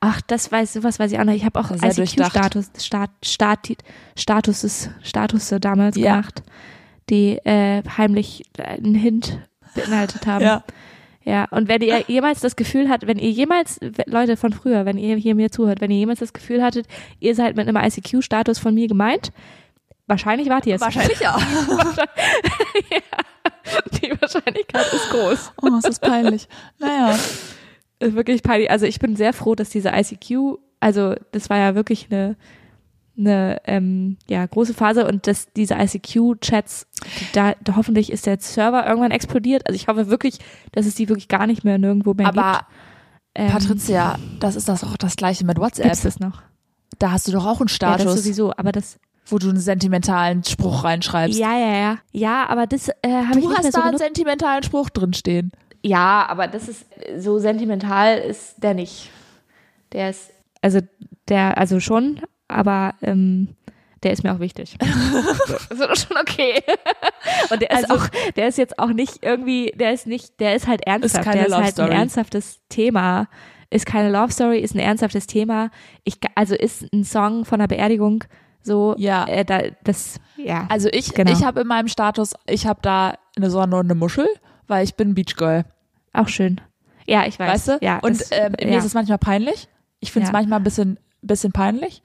Speaker 1: Ach, das weiß, sowas weiß ich auch noch. Ich habe auch
Speaker 2: Sehr durchdacht.
Speaker 1: ICQ-Status, Stat, Stat, Statuses, Statusse damals
Speaker 2: Ja.
Speaker 1: gemacht, die äh, heimlich einen Hint beinhaltet haben. Ja, und wenn
Speaker 2: Ah.
Speaker 1: ihr jemals das Gefühl hat, wenn ihr jemals, Leute von früher, wenn ihr hier mir zuhört, wenn ihr jemals das Gefühl hattet, ihr seid mit einem ICQ-Status von mir gemeint, wahrscheinlich wart ihr es.
Speaker 2: Wahrscheinlich ja.
Speaker 1: Die Wahrscheinlichkeit ist groß.
Speaker 2: Oh, es ist peinlich. Naja.
Speaker 1: Ist wirklich peinlich. Also ich bin sehr froh, dass diese ICQ, also das war ja wirklich eine, eine ähm, ja, große Phase und dass diese ICQ-Chats, da, da hoffentlich ist der Server irgendwann explodiert. Also ich hoffe wirklich, dass es die wirklich gar nicht mehr nirgendwo mehr gibt.
Speaker 2: Aber
Speaker 1: Ähm,
Speaker 2: Patricia, das ist das auch das gleiche mit WhatsApp.
Speaker 1: gibt's das noch?
Speaker 2: Da hast du doch auch einen
Speaker 1: Ja, das
Speaker 2: Status.
Speaker 1: sowieso, aber das
Speaker 2: wo du einen sentimentalen Spruch reinschreibst.
Speaker 1: Ja, ja, ja. Ja, aber das äh, habe ich
Speaker 2: du
Speaker 1: nicht mehr
Speaker 2: hast
Speaker 1: so
Speaker 2: da einen
Speaker 1: benutzt.
Speaker 2: sentimentalen Spruch drin stehen.
Speaker 1: Ja, aber das ist so sentimental ist der nicht. Der ist also der also schon, aber ähm, der ist mir auch wichtig. so, so schon okay. Und der ist
Speaker 2: Also-
Speaker 1: auch der ist jetzt auch nicht irgendwie, der ist nicht, der ist halt ernsthaft,
Speaker 2: keine
Speaker 1: der ist
Speaker 2: Love
Speaker 1: halt
Speaker 2: Story.
Speaker 1: ein ernsthaftes Thema. Ist keine Love Story, ist ein ernsthaftes Thema. Ich ga- also ist ein Song von einer Beerdigung so
Speaker 2: Ja.
Speaker 1: äh, da, das ja.
Speaker 2: Also ich,
Speaker 1: Genau.
Speaker 2: ich habe in meinem Status, ich habe da eine Sonne und eine Muschel, weil ich bin Beachgirl,
Speaker 1: Auch schön. Ja, ich weiß.
Speaker 2: weißt du?
Speaker 1: Ja,
Speaker 2: und
Speaker 1: das,
Speaker 2: ähm,
Speaker 1: ja.
Speaker 2: mir ist es manchmal peinlich. Ich finde es
Speaker 1: Ja.
Speaker 2: manchmal ein bisschen, bisschen peinlich,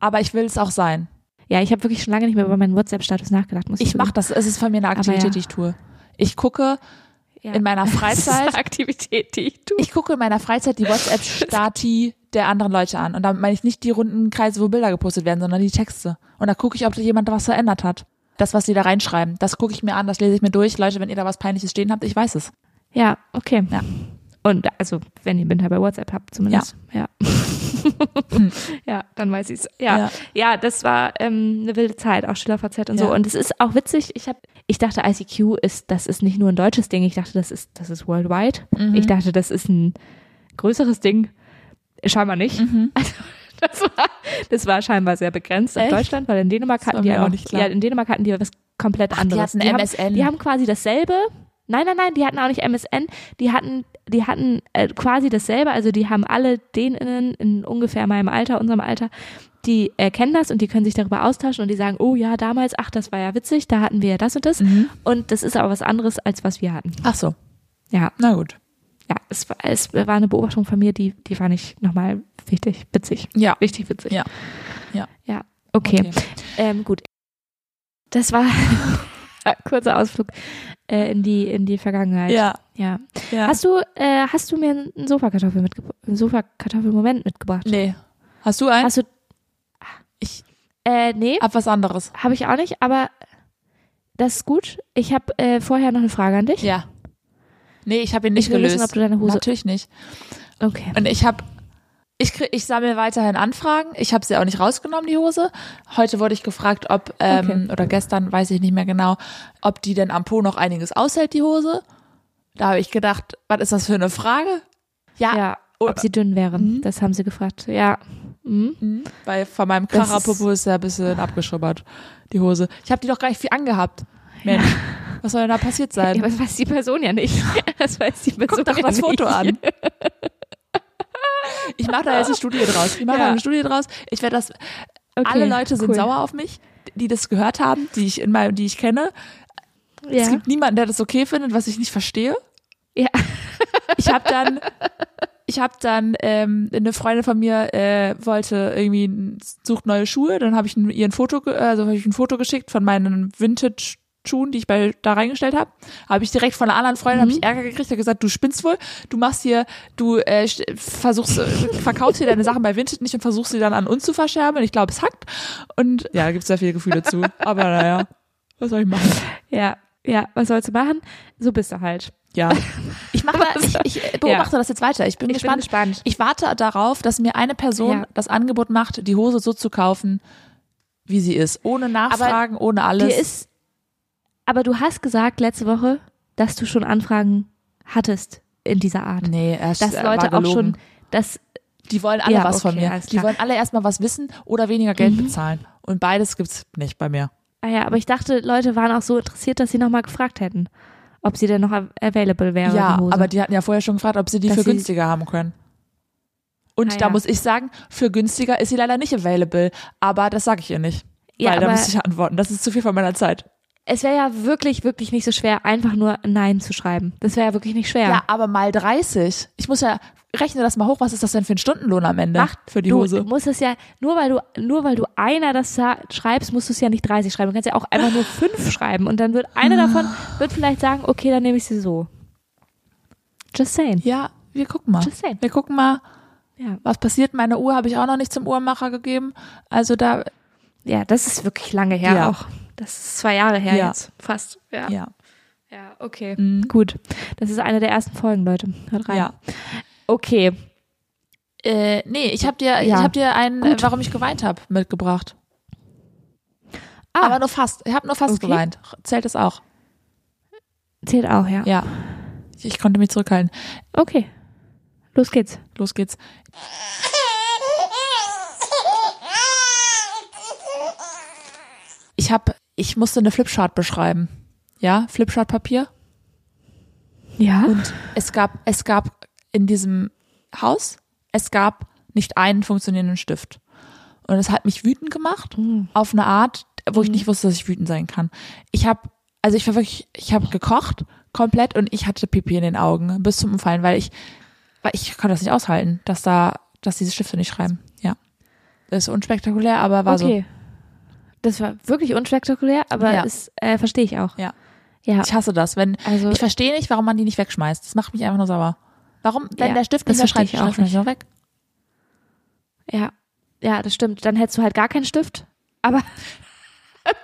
Speaker 2: aber ich will es auch sein.
Speaker 1: ja, ich habe wirklich schon lange nicht mehr über meinen WhatsApp-Status nachgedacht. Muss
Speaker 2: Ich mache
Speaker 1: das
Speaker 2: das, es ist von mir eine Aktivität,
Speaker 1: ja.
Speaker 2: die ich tue. Ich gucke in meiner
Speaker 1: Das
Speaker 2: Freizeit,
Speaker 1: ist eine Aktivität, die ich tue.
Speaker 2: ich gucke in meiner Freizeit die WhatsApp-Stati der anderen Leute an. Und damit meine ich nicht die runden Kreise, wo Bilder gepostet werden, sondern die Texte. Und da gucke ich, ob da jemand was verändert hat. Das, was die da reinschreiben, das gucke ich mir an, das lese ich mir durch. Leute, wenn ihr da was Peinliches stehen habt, ich weiß es.
Speaker 1: Ja, okay.
Speaker 2: Ja.
Speaker 1: Und also, wenn ihr Winter bei WhatsApp habt, zumindest. Ja. Ja, dann weiß ich's. Ja.
Speaker 2: Ja.
Speaker 1: ja. das war ähm, eine wilde Zeit, auch Schiller VZ und
Speaker 2: Ja.
Speaker 1: so. Und es ist auch witzig, ich habe, ich dachte, ICQ ist, das ist nicht nur ein deutsches Ding, ich dachte, das ist, das ist worldwide.
Speaker 2: Mhm.
Speaker 1: Ich dachte, das ist ein größeres Ding. Scheinbar nicht. Also, das war, das war scheinbar sehr begrenzt auf
Speaker 2: Mhm. Echt?
Speaker 1: Deutschland, weil in Dänemark
Speaker 2: war
Speaker 1: hatten die
Speaker 2: mir auch
Speaker 1: einfach,
Speaker 2: nicht klar.
Speaker 1: ja, in Dänemark hatten die was komplett anderes.
Speaker 2: hatten MSN.
Speaker 1: Haben, die haben quasi dasselbe. Nein, nein, nein, die hatten auch nicht MSN. Die hatten, die hatten äh, quasi dasselbe. Also die haben alle denen in ungefähr meinem Alter, unserem Alter, die äh, kennen das und die können sich darüber austauschen und die sagen, oh ja, damals, ach, das war ja witzig, da hatten wir ja das und das. Und das ist aber was anderes, als was wir hatten.
Speaker 2: Ach so,
Speaker 1: Ja,
Speaker 2: na gut.
Speaker 1: ja, es war, es war eine Beobachtung von mir, die, die fand ich nochmal wichtig, witzig.
Speaker 2: Ja.
Speaker 1: Richtig witzig.
Speaker 2: Ja. Ja.
Speaker 1: Ja. Okay. Ähm, gut. Das war Kurzer Ausflug äh, in, die, in die Vergangenheit.
Speaker 2: Ja.
Speaker 1: ja.
Speaker 2: ja.
Speaker 1: Hast du, äh, hast du mir einen Sofakartoffel mitgebracht, einen Sofakartoffel-Moment mitgebracht?
Speaker 2: nee. Hast du einen?
Speaker 1: Hast du,
Speaker 2: ich
Speaker 1: äh, nee,
Speaker 2: hab was anderes.
Speaker 1: habe ich auch nicht, aber das ist gut. Ich habe äh, vorher noch eine Frage an dich.
Speaker 2: Ja. Nee, ich habe ihn nicht
Speaker 1: ich will
Speaker 2: gelöst.
Speaker 1: wissen, ob du deine Hose.
Speaker 2: Natürlich nicht.
Speaker 1: Okay.
Speaker 2: Und ich habe, ich, krieg- ich sammle weiterhin Anfragen. Ich habe sie auch nicht rausgenommen, die Hose. Heute wurde ich gefragt, ob, ähm, oder gestern, weiß ich nicht mehr genau, ob die denn am Po noch einiges aushält, die Hose. Da habe ich gedacht, was ist das für eine Frage? Ja,
Speaker 1: Ja,
Speaker 2: Ah, oder-
Speaker 1: ob sie dünn wären. Das haben sie gefragt. Ja. Mhm.
Speaker 2: Mhm. weil von meinem
Speaker 1: Das ist-
Speaker 2: Karapopo ist ja ein bisschen abgeschubbert, die Hose. Ich habe die doch gar nicht viel angehabt. Mensch, was soll denn da passiert sein?
Speaker 1: Ja, aber das weiß die Person ja nicht. Das weiß die Person
Speaker 2: Guck doch
Speaker 1: ja
Speaker 2: das
Speaker 1: nicht.
Speaker 2: Foto an. Ich mache da jetzt eine Studie draus. Ich mache
Speaker 1: Ja.
Speaker 2: da eine Studie draus. Ich werde das.
Speaker 1: Okay,
Speaker 2: alle Leute sind
Speaker 1: cool.
Speaker 2: sauer auf mich, die das gehört haben, die ich in meinem, die ich kenne.
Speaker 1: Ja.
Speaker 2: Es gibt niemanden, der das okay findet, was ich nicht verstehe.
Speaker 1: Ja.
Speaker 2: Ich habe dann, ich habe dann ähm, eine Freundin von mir äh, wollte irgendwie n- sucht neue Schuhe. Dann habe ich ein, ihr ein Foto, ge- also habe ich ein Foto geschickt von meinen Vintage Schuhen, die ich bei da reingestellt habe, habe ich direkt von einer anderen Freundin
Speaker 1: Mhm.
Speaker 2: habe ich Ärger gekriegt, habe gesagt, du spinnst wohl, du machst hier, du äh, st- versuchst, äh, verkaufst hier deine Sachen bei Vinted nicht und versuchst sie dann an uns zu verscherben. Ich glaube, es hackt. Und ja, da gibt's sehr viele Gefühle zu. Aber naja, was soll ich machen?
Speaker 1: Ja. Ja, was sollst du machen? So bist du halt.
Speaker 2: Ja. Ich mache, ich, ich beobachte das jetzt weiter. Ich bin
Speaker 1: Ich bin
Speaker 2: gespannt.
Speaker 1: gespannt.
Speaker 2: ich warte darauf, dass mir eine Person
Speaker 1: Ja.
Speaker 2: das Angebot macht, die Hose so zu kaufen, wie sie ist. Ohne Nachfragen, ohne alles.
Speaker 1: Dir ist, aber du hast gesagt letzte Woche, dass du schon Anfragen hattest in dieser Art.
Speaker 2: nee, das
Speaker 1: dass
Speaker 2: war
Speaker 1: Leute auch
Speaker 2: gelogen.
Speaker 1: schon, dass,
Speaker 2: Die wollen alle
Speaker 1: Ja,
Speaker 2: was von
Speaker 1: okay,
Speaker 2: mir.
Speaker 1: alles
Speaker 2: Die
Speaker 1: klar. Mhm.
Speaker 2: wollen alle erstmal was wissen oder weniger Geld bezahlen. Und beides gibt's nicht bei mir.
Speaker 1: ah ja, aber ich dachte, Leute waren auch so interessiert, dass sie nochmal gefragt hätten, ob sie denn noch av- available wäre.
Speaker 2: Ja,
Speaker 1: die Hose.
Speaker 2: aber die hatten ja vorher schon gefragt, ob sie die
Speaker 1: Dass
Speaker 2: für
Speaker 1: sie-
Speaker 2: günstiger haben können. Und
Speaker 1: Ah,
Speaker 2: da
Speaker 1: ja.
Speaker 2: muss ich sagen, für günstiger ist sie leider nicht available. Aber das sage ich ihr nicht.
Speaker 1: Ja,
Speaker 2: weil da
Speaker 1: aber-
Speaker 2: müsste ich antworten. Das ist zu viel von meiner Zeit.
Speaker 1: es wäre ja wirklich, wirklich nicht so schwer, einfach nur Nein zu schreiben. Das wäre ja wirklich nicht schwer.
Speaker 2: Ja. aber mal 30. Ich muss ja, rechne das mal hoch, was ist das denn für ein Stundenlohn am Ende
Speaker 1: Macht
Speaker 2: für die
Speaker 1: du,
Speaker 2: Hose?
Speaker 1: Du musst es ja, nur weil du, nur weil du einer das sa- schreibst, musst du es ja nicht 30 schreiben. Du kannst ja auch einfach nur fünf schreiben und dann wird einer davon, wird vielleicht sagen, okay, dann nehme ich sie so. Just saying.
Speaker 2: Ja, wir gucken mal.
Speaker 1: Just saying.
Speaker 2: Wir gucken mal,
Speaker 1: Ja.
Speaker 2: was passiert. Meine Uhr habe ich auch noch nicht zum Uhrmacher gegeben. Also da,
Speaker 1: Ja, das ist wirklich lange her
Speaker 2: Ja.
Speaker 1: auch. Das ist zwei Jahre her
Speaker 2: Ja.
Speaker 1: jetzt. Fast. Ja.
Speaker 2: ja.
Speaker 1: Ja, okay.
Speaker 2: Mhm.
Speaker 1: Gut. Das ist eine der ersten Folgen, Leute. Hört rein.
Speaker 2: Ja.
Speaker 1: Okay.
Speaker 2: Äh, nee, ich habe dir, ich
Speaker 1: Ja.
Speaker 2: habe dir einen, äh,
Speaker 1: Gut.
Speaker 2: warum ich geweint habe, mitgebracht.
Speaker 1: Ah.
Speaker 2: Aber nur fast. Ich habe nur fast
Speaker 1: Okay.
Speaker 2: geweint. Zählt das auch?
Speaker 1: Zählt auch, ja.
Speaker 2: Ja. Ich, ich konnte mich zurückhalten.
Speaker 1: Okay. Los geht's.
Speaker 2: Los geht's. Ich habe, ich musste eine Flipchart beschreiben. Ja, Flipchart-Papier.
Speaker 1: Ja.
Speaker 2: Und es gab, es gab in diesem Haus, es gab nicht einen funktionierenden Stift. Und es hat mich wütend gemacht,
Speaker 1: mm.
Speaker 2: auf eine Art, wo ich
Speaker 1: Mhm.
Speaker 2: nicht wusste, dass ich wütend sein kann. Ich habe, also ich war wirklich, ich habe gekocht komplett und ich hatte Pipi in den Augen bis zum Umfallen, weil ich, weil ich konnte das nicht aushalten, dass da, dass diese Stifte nicht schreiben. Ja, ist unspektakulär, aber war
Speaker 1: okay. Das war wirklich unspektakulär, aber
Speaker 2: Ja.
Speaker 1: es äh, verstehe ich auch.
Speaker 2: Ja.
Speaker 1: Ja.
Speaker 2: so. Ich hasse das, wenn
Speaker 1: Also
Speaker 2: ich verstehe nicht, warum man die nicht wegschmeißt. Das macht mich einfach nur sauer. Warum, wenn
Speaker 1: Ja,
Speaker 2: der Stift
Speaker 1: das
Speaker 2: nicht mehr
Speaker 1: verstehe
Speaker 2: schreibt,
Speaker 1: ich auch
Speaker 2: schmeißt man den doch weg.
Speaker 1: ja, ja, das stimmt. Dann hättest du halt gar keinen Stift. Aber,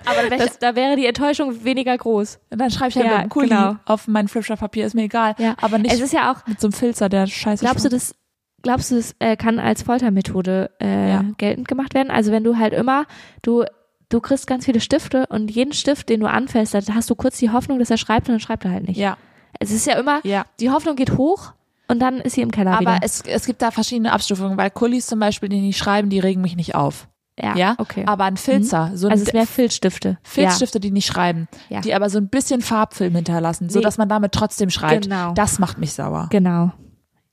Speaker 1: aber das, da wäre die Enttäuschung weniger groß.
Speaker 2: Und dann schreibe ich halt
Speaker 1: Ja,
Speaker 2: mit einem Kuli
Speaker 1: genau.
Speaker 2: auf mein Flipchart-Papier, ist mir egal.
Speaker 1: Ja.
Speaker 2: Aber nicht
Speaker 1: es ist ja auch.
Speaker 2: mit so einem Filzer, der scheiße
Speaker 1: Glaubst du,
Speaker 2: schmeckt.
Speaker 1: das glaubst du, das äh, kann als Foltermethode äh,
Speaker 2: Ja.
Speaker 1: geltend gemacht werden? Also wenn du halt immer du du kriegst ganz viele Stifte und jeden Stift, den du anfällst, da hast du kurz die Hoffnung, dass er schreibt und dann schreibt er halt nicht.
Speaker 2: Ja,
Speaker 1: Es ist ja immer
Speaker 2: ja.
Speaker 1: die Hoffnung geht hoch und dann ist sie im Keller
Speaker 2: Aber
Speaker 1: wieder.
Speaker 2: es, es gibt da verschiedene Abstufungen, weil Kulis zum Beispiel, die nicht schreiben, die regen mich nicht auf.
Speaker 1: ja,
Speaker 2: Ja,
Speaker 1: okay.
Speaker 2: Aber ein Filzer, so ein
Speaker 1: also es ist mehr Filzstifte.
Speaker 2: Filzstifte, die nicht schreiben,
Speaker 1: Ja.
Speaker 2: die aber so ein bisschen Farbfilm hinterlassen, so
Speaker 1: Nee.
Speaker 2: dass man damit trotzdem schreibt.
Speaker 1: Genau.
Speaker 2: Das macht mich sauer.
Speaker 1: Ja, genau.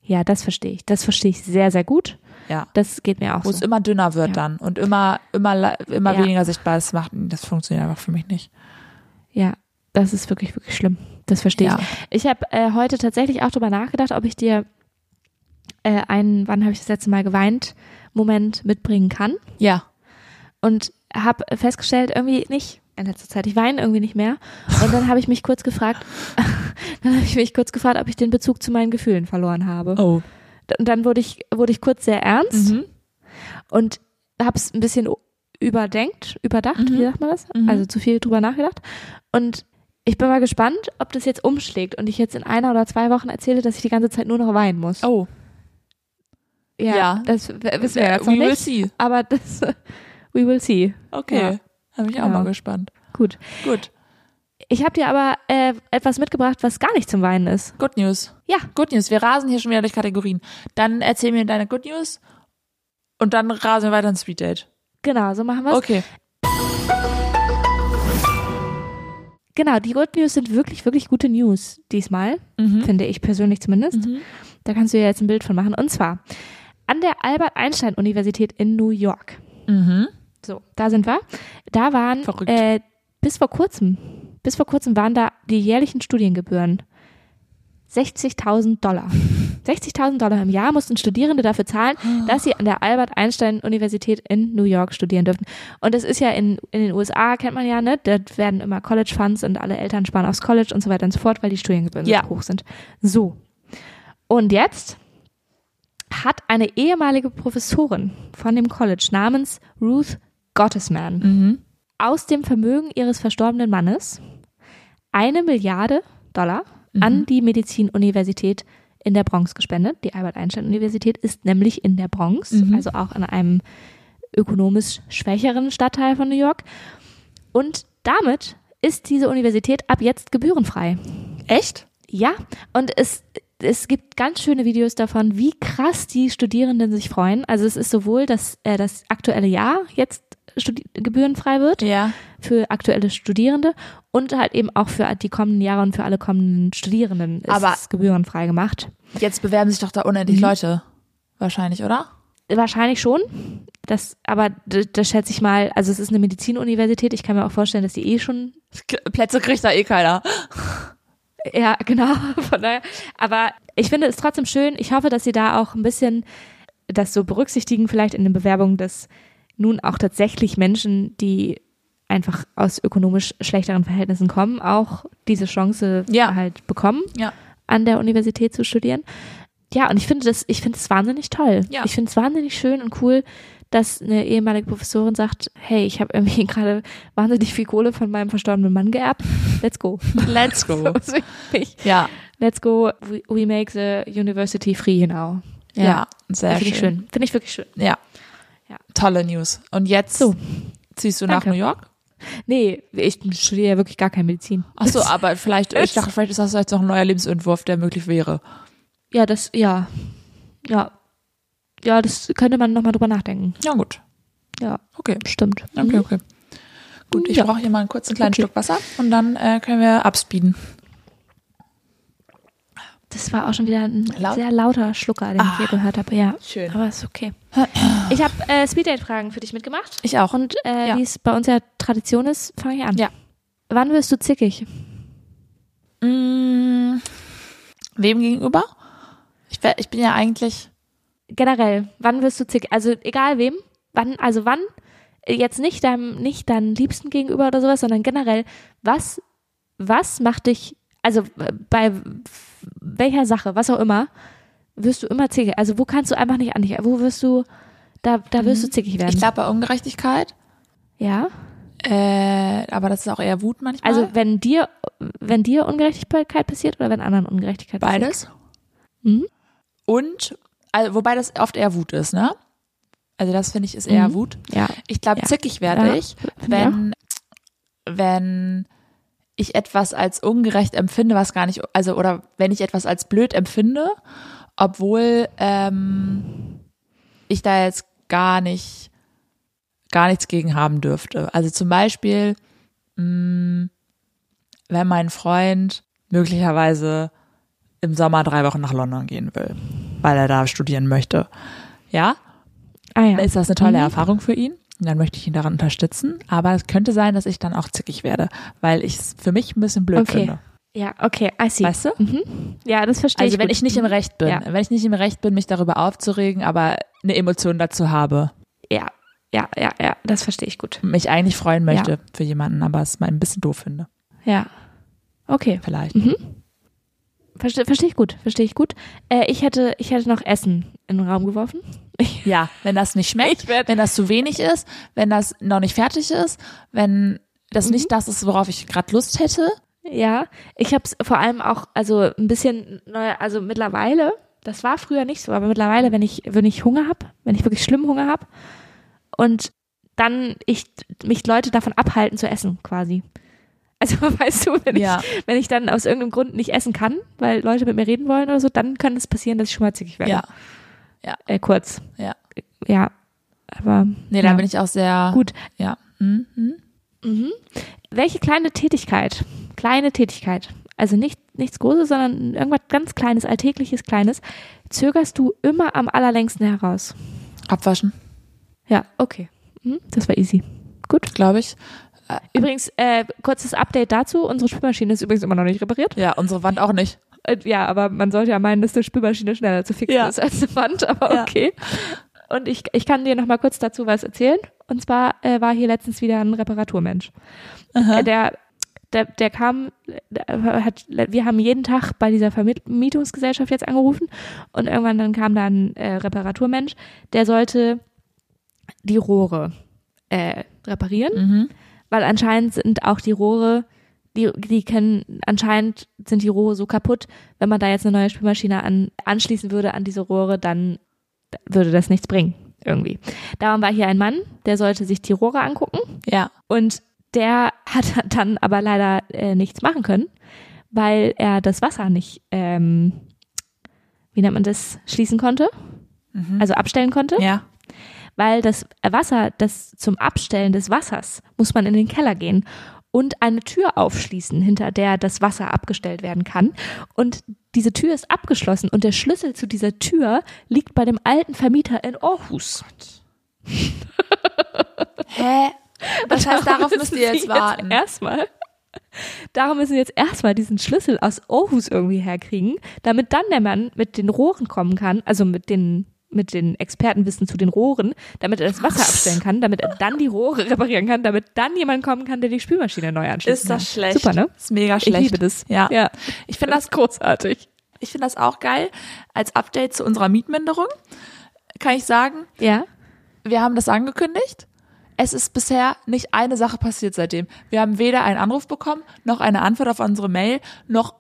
Speaker 1: Ja, das verstehe ich. Das verstehe ich sehr sehr gut.
Speaker 2: Ja.
Speaker 1: Das geht mir auch
Speaker 2: Wo
Speaker 1: so.
Speaker 2: es immer dünner wird
Speaker 1: Ja.
Speaker 2: dann und immer, immer, la- immer
Speaker 1: Ja.
Speaker 2: weniger sichtbar. Das macht, das funktioniert einfach für mich nicht.
Speaker 1: Ja, das ist wirklich, wirklich schlimm. Das verstehe
Speaker 2: Ja.
Speaker 1: ich. Ich habe äh, heute tatsächlich auch drüber nachgedacht, ob ich dir äh, einen, wann habe ich das letzte Mal geweint, Moment mitbringen kann.
Speaker 2: Ja.
Speaker 1: Und habe festgestellt, irgendwie nicht. in letzter Zeit. Ich weine irgendwie nicht mehr. Und dann habe ich mich kurz gefragt, dann habe ich mich kurz gefragt, ob ich den Bezug zu meinen Gefühlen verloren habe.
Speaker 2: Oh.
Speaker 1: D- Und dann wurde ich, wurde ich kurz sehr ernst
Speaker 2: Mhm.
Speaker 1: und habe es ein bisschen o- überdenkt, überdacht,
Speaker 2: Mhm.
Speaker 1: wie sagt man das?
Speaker 2: Mhm.
Speaker 1: Also zu viel drüber nachgedacht. Und ich bin mal gespannt, ob das jetzt umschlägt und ich jetzt in einer oder zwei Wochen erzähle, dass ich die ganze Zeit nur noch weinen muss.
Speaker 2: Oh. ja. Äh,
Speaker 1: das w- wissen wir jetzt noch
Speaker 2: We will
Speaker 1: nicht.
Speaker 2: see.
Speaker 1: Aber das, we will see.
Speaker 2: Okay. Habe ich auch
Speaker 1: Genau.
Speaker 2: mal gespannt.
Speaker 1: Gut.
Speaker 2: Gut.
Speaker 1: Ich habe dir aber äh, etwas mitgebracht, was gar nicht zum Weinen ist.
Speaker 2: Good News.
Speaker 1: Ja.
Speaker 2: Good News. Wir rasen hier schon wieder durch Kategorien. Dann erzähl mir deine Good News und dann rasen wir weiter ins Speed Date.
Speaker 1: Genau, so machen wir's.
Speaker 2: Okay.
Speaker 1: Genau, die Good News sind wirklich, wirklich gute News diesmal,
Speaker 2: Mhm.
Speaker 1: finde ich persönlich zumindest.
Speaker 2: Mhm.
Speaker 1: Da kannst du ja jetzt ein Bild von machen. Und zwar an der Albert Einstein Universität in New York.
Speaker 2: Mhm.
Speaker 1: So, da sind wir. Da waren
Speaker 2: Verrückt.
Speaker 1: äh, bis vor kurzem, bis vor kurzem waren da die jährlichen Studiengebühren 60.000 Dollar. 60.000 Dollar im Jahr mussten Studierende dafür zahlen, dass sie an der Albert Einstein Universität in New York studieren dürfen. Und das ist ja in, in den USA, kennt man ja, ne? Da werden immer College Funds und alle Eltern sparen aufs College und so weiter und so fort, weil die Studiengebühren
Speaker 2: Ja.
Speaker 1: so hoch sind. So. Und jetzt hat eine ehemalige Professorin von dem College namens Ruth Gottesman
Speaker 2: Mhm.
Speaker 1: aus dem Vermögen ihres verstorbenen Mannes eine Milliarde Dollar
Speaker 2: Mhm.
Speaker 1: an die Medizinuniversität in der Bronx gespendet. Die Albert Einstein Universität ist nämlich in der Bronx,
Speaker 2: Mhm.
Speaker 1: also auch in einem ökonomisch schwächeren Stadtteil von New York. Und damit ist diese Universität ab jetzt gebührenfrei.
Speaker 2: Echt?
Speaker 1: Ja, und es, es gibt ganz schöne Videos davon, wie krass die Studierenden sich freuen. Also es ist sowohl, dass äh, das aktuelle Jahr jetzt studi- gebührenfrei wird
Speaker 2: Ja.
Speaker 1: für aktuelle Studierende und halt eben auch für die kommenden Jahre und für alle kommenden Studierenden ist
Speaker 2: Aber-
Speaker 1: es gebührenfrei gemacht.
Speaker 2: Jetzt bewerben sich doch da unendlich
Speaker 1: Mhm.
Speaker 2: Leute. Wahrscheinlich, oder?
Speaker 1: Wahrscheinlich schon. Das, aber d- das schätze ich mal, also es ist eine Medizinuniversität, ich kann mir auch vorstellen, dass die eh schon,
Speaker 2: Plätze kriegt da eh keiner.
Speaker 1: ja, genau, von daher. Aber ich finde es trotzdem schön. Ich hoffe, dass sie da auch ein bisschen das so berücksichtigen, vielleicht in den Bewerbungen, dass nun auch tatsächlich Menschen, die einfach aus ökonomisch schlechteren Verhältnissen kommen, auch diese Chance
Speaker 2: Ja.
Speaker 1: halt bekommen.
Speaker 2: Ja.
Speaker 1: an der Universität zu studieren. Ja, und ich finde das, ich finde es wahnsinnig toll.
Speaker 2: Ja.
Speaker 1: Ich finde es wahnsinnig schön und cool, dass eine ehemalige Professorin sagt, hey, ich habe irgendwie gerade wahnsinnig viel Kohle von meinem verstorbenen Mann geerbt. Let's go.
Speaker 2: Let's
Speaker 1: So, so ich-
Speaker 2: Ja.
Speaker 1: Let's go. We, we make the university free now.
Speaker 2: Ja. Sehr
Speaker 1: Finde ich schön. Finde ich wirklich schön.
Speaker 2: Ja.
Speaker 1: Ja.
Speaker 2: Tolle News. Und jetzt
Speaker 1: So.
Speaker 2: ziehst du
Speaker 1: Danke.
Speaker 2: nach New York?
Speaker 1: Nee, ich studiere ja wirklich gar keine Medizin.
Speaker 2: Ach so, aber vielleicht, ich
Speaker 1: Jetzt.
Speaker 2: dachte, vielleicht ist das jetzt noch ein neuer Lebensentwurf, der möglich wäre.
Speaker 1: Ja, das, ja. Ja. Ja, das könnte man nochmal drüber nachdenken.
Speaker 2: Ja, gut.
Speaker 1: Ja,
Speaker 2: Okay.
Speaker 1: stimmt.
Speaker 2: Okay, okay. Gut, ich
Speaker 1: Mhm. Ja.
Speaker 2: brauche hier mal einen kurzen kleinen
Speaker 1: Okay.
Speaker 2: Schluck Wasser und dann äh, können wir abspeeden.
Speaker 1: Das war auch schon wieder ein
Speaker 2: Laut? Ah.
Speaker 1: sehr lauter Schlucker, den ich hier gehört habe. Ja,
Speaker 2: Schön.
Speaker 1: aber ist okay. Ich habe äh, Speeddate-Fragen für dich mitgemacht.
Speaker 2: Ich auch.
Speaker 1: Und äh,
Speaker 2: Ja.
Speaker 1: wie es bei uns ja Tradition ist, fange ich an.
Speaker 2: Ja.
Speaker 1: Wann wirst du zickig?
Speaker 2: Mm, wem gegenüber? Ich, wär- ich bin ja eigentlich.
Speaker 1: Generell, wann wirst du zickig? Also egal wem. Wann, also wann, äh, jetzt nicht deinem, nicht deinem Liebsten gegenüber oder sowas, sondern generell, was, was macht dich, also äh, bei w- welcher Sache, was auch immer, wirst du immer zickig? Also wo kannst du einfach nicht an dich, wo wirst du, da, da wirst du zickig werden?
Speaker 2: Mhm. Ich glaube bei Ungerechtigkeit,
Speaker 1: ja.
Speaker 2: äh, aber das ist auch eher Wut manchmal.
Speaker 1: Also wenn dir, wenn dir Ungerechtigkeit passiert oder wenn anderen Ungerechtigkeit passiert?
Speaker 2: beides.
Speaker 1: Mhm.
Speaker 2: Und, also, wobei das oft eher Wut ist, ne? Also das finde ich ist eher
Speaker 1: Mhm.
Speaker 2: Wut.
Speaker 1: Ja.
Speaker 2: Ich glaube,
Speaker 1: Ja.
Speaker 2: zickig werde
Speaker 1: Ja.
Speaker 2: ich,
Speaker 1: ich
Speaker 2: wenn, wenn ich etwas als ungerecht empfinde, was gar nicht, also oder wenn ich etwas als blöd empfinde, obwohl ähm, ich da jetzt gar nicht, gar nichts gegen haben dürfte. Also zum Beispiel, mh, wenn mein Freund möglicherweise im Sommer drei Wochen nach London gehen will, weil er da studieren möchte. Ja,
Speaker 1: Ah ja.
Speaker 2: dann ist das eine tolle
Speaker 1: Mhm.
Speaker 2: Erfahrung für ihn. Und dann möchte ich ihn daran unterstützen. Aber es könnte sein, dass ich dann auch zickig werde, weil ich es für mich ein bisschen blöd
Speaker 1: Okay.
Speaker 2: finde.
Speaker 1: Ja, okay, I see.
Speaker 2: Weißt du?
Speaker 1: Mhm. Ja, das verstehe
Speaker 2: Also
Speaker 1: ich.
Speaker 2: wenn
Speaker 1: gut. Mhm.
Speaker 2: ich nicht im Recht bin,
Speaker 1: Ja.
Speaker 2: wenn ich nicht im Recht bin, mich darüber aufzuregen, aber eine Emotion dazu habe.
Speaker 1: Ja, ja, ja, ja, das verstehe ich gut.
Speaker 2: mich eigentlich freuen möchte für jemanden, aber es mal ein bisschen doof finde.
Speaker 1: Ja. Okay,
Speaker 2: Vielleicht.
Speaker 1: Mhm. verstehe versteh ich gut, verstehe ich gut. Äh, ich, hätte, ich hätte noch Essen in den Raum geworfen. Ich,
Speaker 2: Ja, wenn das nicht schmeckt,
Speaker 1: Ich werd-
Speaker 2: wenn das zu wenig ist, wenn das noch nicht fertig ist, wenn
Speaker 1: Mhm.
Speaker 2: das nicht das ist, worauf ich gerade Lust hätte.
Speaker 1: ja, ich habe es vor allem auch, also ein bisschen neu, also mittlerweile, das war früher nicht so, aber mittlerweile, wenn ich, wenn ich Hunger habe, wenn ich wirklich schlimm Hunger habe und dann ich mich Leute davon abhalten zu essen quasi. Also weißt du, wenn,
Speaker 2: Ja.
Speaker 1: ich, wenn ich dann aus irgendeinem Grund nicht essen kann, weil Leute mit mir reden wollen oder so, dann kann es passieren, dass ich schmutzig werde.
Speaker 2: Ja.
Speaker 1: Äh, kurz.
Speaker 2: Ja.
Speaker 1: Ja. Aber
Speaker 2: Nee, da
Speaker 1: ja.
Speaker 2: bin ich auch sehr
Speaker 1: gut.
Speaker 2: Ja. Mhm. mhm.
Speaker 1: Welche kleine Tätigkeit? Kleine Tätigkeit. Also nicht, nichts Großes, sondern irgendwas ganz Kleines, alltägliches Kleines. Zögerst du immer am allerlängsten heraus?
Speaker 2: Abwaschen,
Speaker 1: Ja, okay. Mhm, das war easy. Gut.
Speaker 2: glaube ich.
Speaker 1: Übrigens, äh, kurzes Update dazu. Unsere Spülmaschine ist übrigens immer noch nicht repariert.
Speaker 2: Ja, unsere Wand auch nicht.
Speaker 1: Äh, ja, aber man sollte ja meinen, dass eine Spülmaschine schneller zu fixen
Speaker 2: Ja.
Speaker 1: ist als eine Wand, aber
Speaker 2: Ja.
Speaker 1: okay. Und ich, ich kann dir noch mal kurz dazu was erzählen. Und zwar äh, war hier letztens wieder ein Reparaturmensch. Äh, Der, der, der kam, der hat, wir haben jeden Tag bei dieser Vermietungsgesellschaft jetzt angerufen und irgendwann dann kam da ein äh, Reparaturmensch, der sollte die Rohre äh, reparieren,
Speaker 2: Mhm.
Speaker 1: weil anscheinend sind auch die Rohre, die, die können, anscheinend sind die Rohre so kaputt, wenn man da jetzt eine neue Spülmaschine an, anschließen würde an diese Rohre, dann würde das nichts bringen. Irgendwie. Darum war hier ein Mann, der sollte sich die Rohre angucken
Speaker 2: Ja.
Speaker 1: und der hat dann aber leider äh, nichts machen können, weil er das Wasser nicht, ähm, wie nennt man das, schließen konnte, also abstellen konnte,
Speaker 2: Ja.
Speaker 1: weil das Wasser, das zum Abstellen des Wassers muss man in den Keller gehen und eine Tür aufschließen, hinter der das Wasser abgestellt werden kann. Und diese Tür ist abgeschlossen und der Schlüssel zu dieser Tür liegt bei dem alten Vermieter in Aarhus.
Speaker 2: Hä? Das heißt,
Speaker 1: Darum
Speaker 2: darauf müsst
Speaker 1: müssen
Speaker 2: ihr Genau. jetzt
Speaker 1: sie
Speaker 2: warten.
Speaker 1: erstmal. Darum müssen wir jetzt erstmal diesen Schlüssel aus Aarhus irgendwie herkriegen, damit dann der Mann mit den Rohren kommen kann, also mit den mit den Expertenwissen zu den Rohren, damit er das Wasser abstellen kann, damit er dann die Rohre reparieren kann, damit dann jemand kommen kann, der die Spülmaschine neu anschließt. Super, ne?
Speaker 2: Ist mega schlecht.
Speaker 1: Ich liebe das.
Speaker 2: Ja.
Speaker 1: ja.
Speaker 2: Ich finde das großartig. Ich finde das auch geil. Als Update zu unserer Mietminderung kann ich sagen,
Speaker 1: Ja.
Speaker 2: wir haben das angekündigt. Es ist bisher nicht eine Sache passiert seitdem. Wir haben weder einen Anruf bekommen, noch eine Antwort auf unsere Mail, noch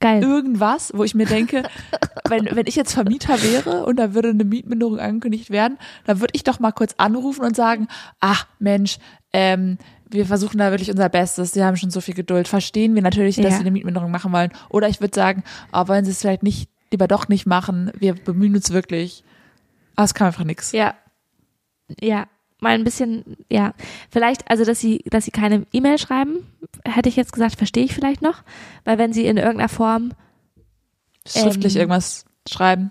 Speaker 1: Geil.
Speaker 2: irgendwas, wo ich mir denke, wenn, wenn ich jetzt Vermieter wäre und da würde eine Mietminderung angekündigt werden, dann würde ich doch mal kurz anrufen und sagen, ach Mensch, ähm, wir versuchen da wirklich unser Bestes, Sie haben schon so viel Geduld, verstehen wir natürlich, dass
Speaker 1: Ja.
Speaker 2: Sie eine Mietminderung machen wollen. Oder ich würde sagen, oh, wollen Sie es vielleicht nicht, lieber doch nicht machen, wir bemühen uns wirklich. Aber es kam einfach nichts.
Speaker 1: Ja. Ja. Mal ein bisschen, ja. Vielleicht, also, dass sie, dass sie keine E-Mail schreiben, hätte ich jetzt gesagt, verstehe ich vielleicht noch, weil wenn sie in irgendeiner Form
Speaker 2: Schriftlich
Speaker 1: Ähm.
Speaker 2: irgendwas schreiben.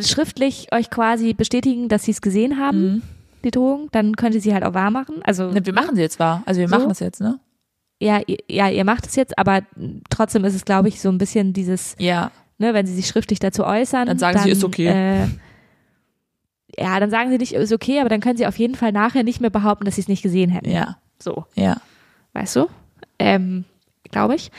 Speaker 1: schriftlich euch quasi bestätigen, dass sie es gesehen haben, die Drohung, dann könnt ihr sie halt auch wahr machen. Also
Speaker 2: Mhm. Hm. Ne, wir machen sie jetzt wahr. Also wir
Speaker 1: So?
Speaker 2: machen das jetzt, ne?
Speaker 1: ja, ihr, ja, ihr macht es jetzt, aber trotzdem ist es, glaube ich, so ein bisschen dieses,
Speaker 2: Ja.
Speaker 1: ne, wenn sie sich schriftlich dazu äußern,
Speaker 2: Dann sagen sie, ist okay.
Speaker 1: Äh, ja, dann sagen sie nicht, ist okay, aber dann können sie auf jeden Fall nachher nicht mehr behaupten, dass sie es nicht gesehen hätten.
Speaker 2: Ja.
Speaker 1: So,
Speaker 2: Ja.
Speaker 1: weißt du? Ähm, glaube ich.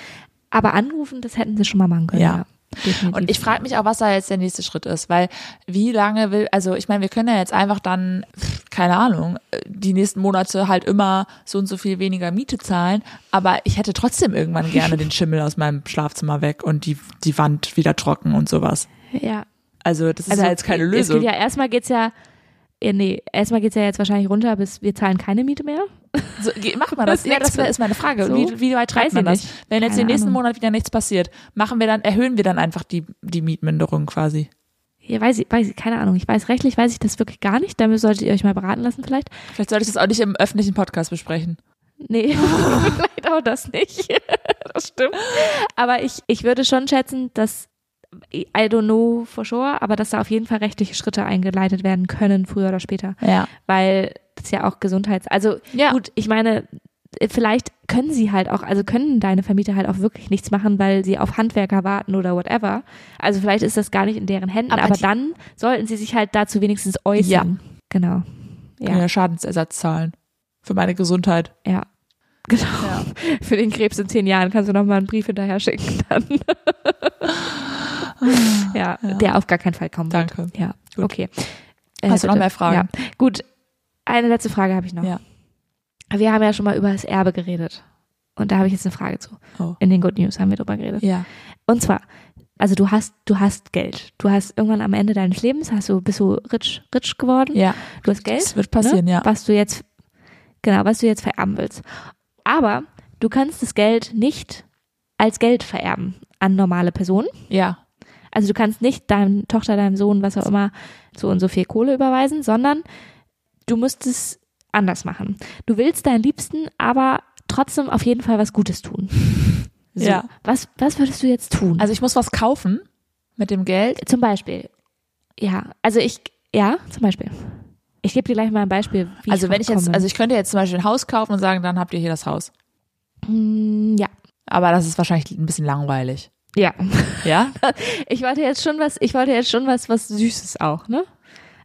Speaker 1: Aber anrufen, das hätten sie schon mal machen können.
Speaker 2: Ja.
Speaker 1: definitiv.
Speaker 2: Und ich frage mich auch, was da jetzt der nächste Schritt ist, weil wie lange will, also ich meine, wir können ja jetzt einfach dann, pff, keine Ahnung, äh, die nächsten Monate halt immer so und so viel weniger Miete zahlen, aber ich hätte trotzdem irgendwann gerne den Schimmel aus meinem Schlafzimmer weg und die, die Wand wieder trocken und sowas.
Speaker 1: ja.
Speaker 2: Also das ist ja jetzt keine
Speaker 1: Es geht
Speaker 2: Lösung.
Speaker 1: ja erstmal geht's ja ja, nee, erstmal geht's ja jetzt wahrscheinlich runter, bis wir zahlen keine Miete mehr.
Speaker 2: So, ge- macht man das?
Speaker 1: Das
Speaker 2: ja,
Speaker 1: nix
Speaker 2: das wär- ist meine Frage.
Speaker 1: So?
Speaker 2: Wie, wie weit
Speaker 1: Weiß
Speaker 2: treibt man
Speaker 1: ich
Speaker 2: das?
Speaker 1: nicht.
Speaker 2: Wenn jetzt
Speaker 1: Keine
Speaker 2: den nächsten
Speaker 1: Ahnung.
Speaker 2: Monat wieder nichts passiert, machen wir dann, erhöhen wir dann einfach die, die Mietminderung quasi.
Speaker 1: Ja, weiß ich, weiß ich, keine Ahnung. Ich weiß rechtlich, weiß ich das wirklich gar nicht. Damit solltet ihr euch mal beraten lassen vielleicht.
Speaker 2: Vielleicht sollte ich das auch nicht im öffentlichen Podcast besprechen.
Speaker 1: Nee, vielleicht auch das nicht. das stimmt. Aber ich, ich würde schon schätzen, dass, I don't know for sure, aber dass da auf jeden Fall rechtliche Schritte eingeleitet werden können, früher oder später.
Speaker 2: Ja.
Speaker 1: Weil das ja auch Gesundheits... Also
Speaker 2: Ja.
Speaker 1: gut, ich meine, äh, vielleicht können sie halt auch, also können deine Vermieter halt auch wirklich nichts machen, weil sie auf Handwerker warten oder whatever. Also vielleicht ist das gar nicht in deren Händen,
Speaker 2: Aber
Speaker 1: aber,
Speaker 2: die-
Speaker 1: dann sollten sie sich halt dazu wenigstens äußern. Genau.
Speaker 2: Ja.
Speaker 1: Ja,
Speaker 2: Schadensersatz zahlen. Für meine Gesundheit.
Speaker 1: ja. Genau.
Speaker 2: Ja.
Speaker 1: Für den Krebs in zehn Jahren kannst du nochmal einen Brief hinterher schicken. Dann. ja,
Speaker 2: Ja.
Speaker 1: der auf gar keinen Fall kommen wird.
Speaker 2: Danke.
Speaker 1: Ja,
Speaker 2: Gut.
Speaker 1: okay. Äh,
Speaker 2: Hast du noch
Speaker 1: bitte.
Speaker 2: mehr Fragen?
Speaker 1: Ja. Gut, eine letzte Frage habe ich noch.
Speaker 2: Ja.
Speaker 1: Wir haben ja schon mal über das Erbe geredet. Und da habe ich jetzt eine Frage zu.
Speaker 2: Oh.
Speaker 1: In den Good News haben wir drüber geredet.
Speaker 2: Ja.
Speaker 1: Und zwar, also du hast, du hast Geld. Du hast irgendwann am Ende deines Lebens, hast du, bist du rich, rich geworden.
Speaker 2: Ja.
Speaker 1: Du hast Geld ne?
Speaker 2: Das wird passieren, ja.
Speaker 1: was du jetzt, genau, was du jetzt vererben willst. Aber du kannst das Geld nicht als Geld vererben an normale Personen.
Speaker 2: Ja.
Speaker 1: Also du kannst nicht deinem Tochter, deinem Sohn, was auch immer, so und so viel Kohle überweisen, sondern du musst es anders machen. Du willst deinen Liebsten aber trotzdem auf jeden Fall was Gutes tun. So,
Speaker 2: Ja.
Speaker 1: was, was würdest du jetzt tun?
Speaker 2: Also ich muss was kaufen mit dem Geld.
Speaker 1: Zum Beispiel, ja, also ich, ja, zum Beispiel. Ich gebe dir gleich mal ein Beispiel. Wie
Speaker 2: also wenn ich jetzt,
Speaker 1: drauf
Speaker 2: also ich könnte jetzt zum Beispiel ein Haus kaufen und sagen, dann habt ihr hier das Haus.
Speaker 1: komme. Mm, ja,
Speaker 2: Aber das ist wahrscheinlich ein bisschen langweilig.
Speaker 1: ja.
Speaker 2: Ja?
Speaker 1: Ich wollte jetzt schon was, ich wollte jetzt schon was, was Süßes auch, ne?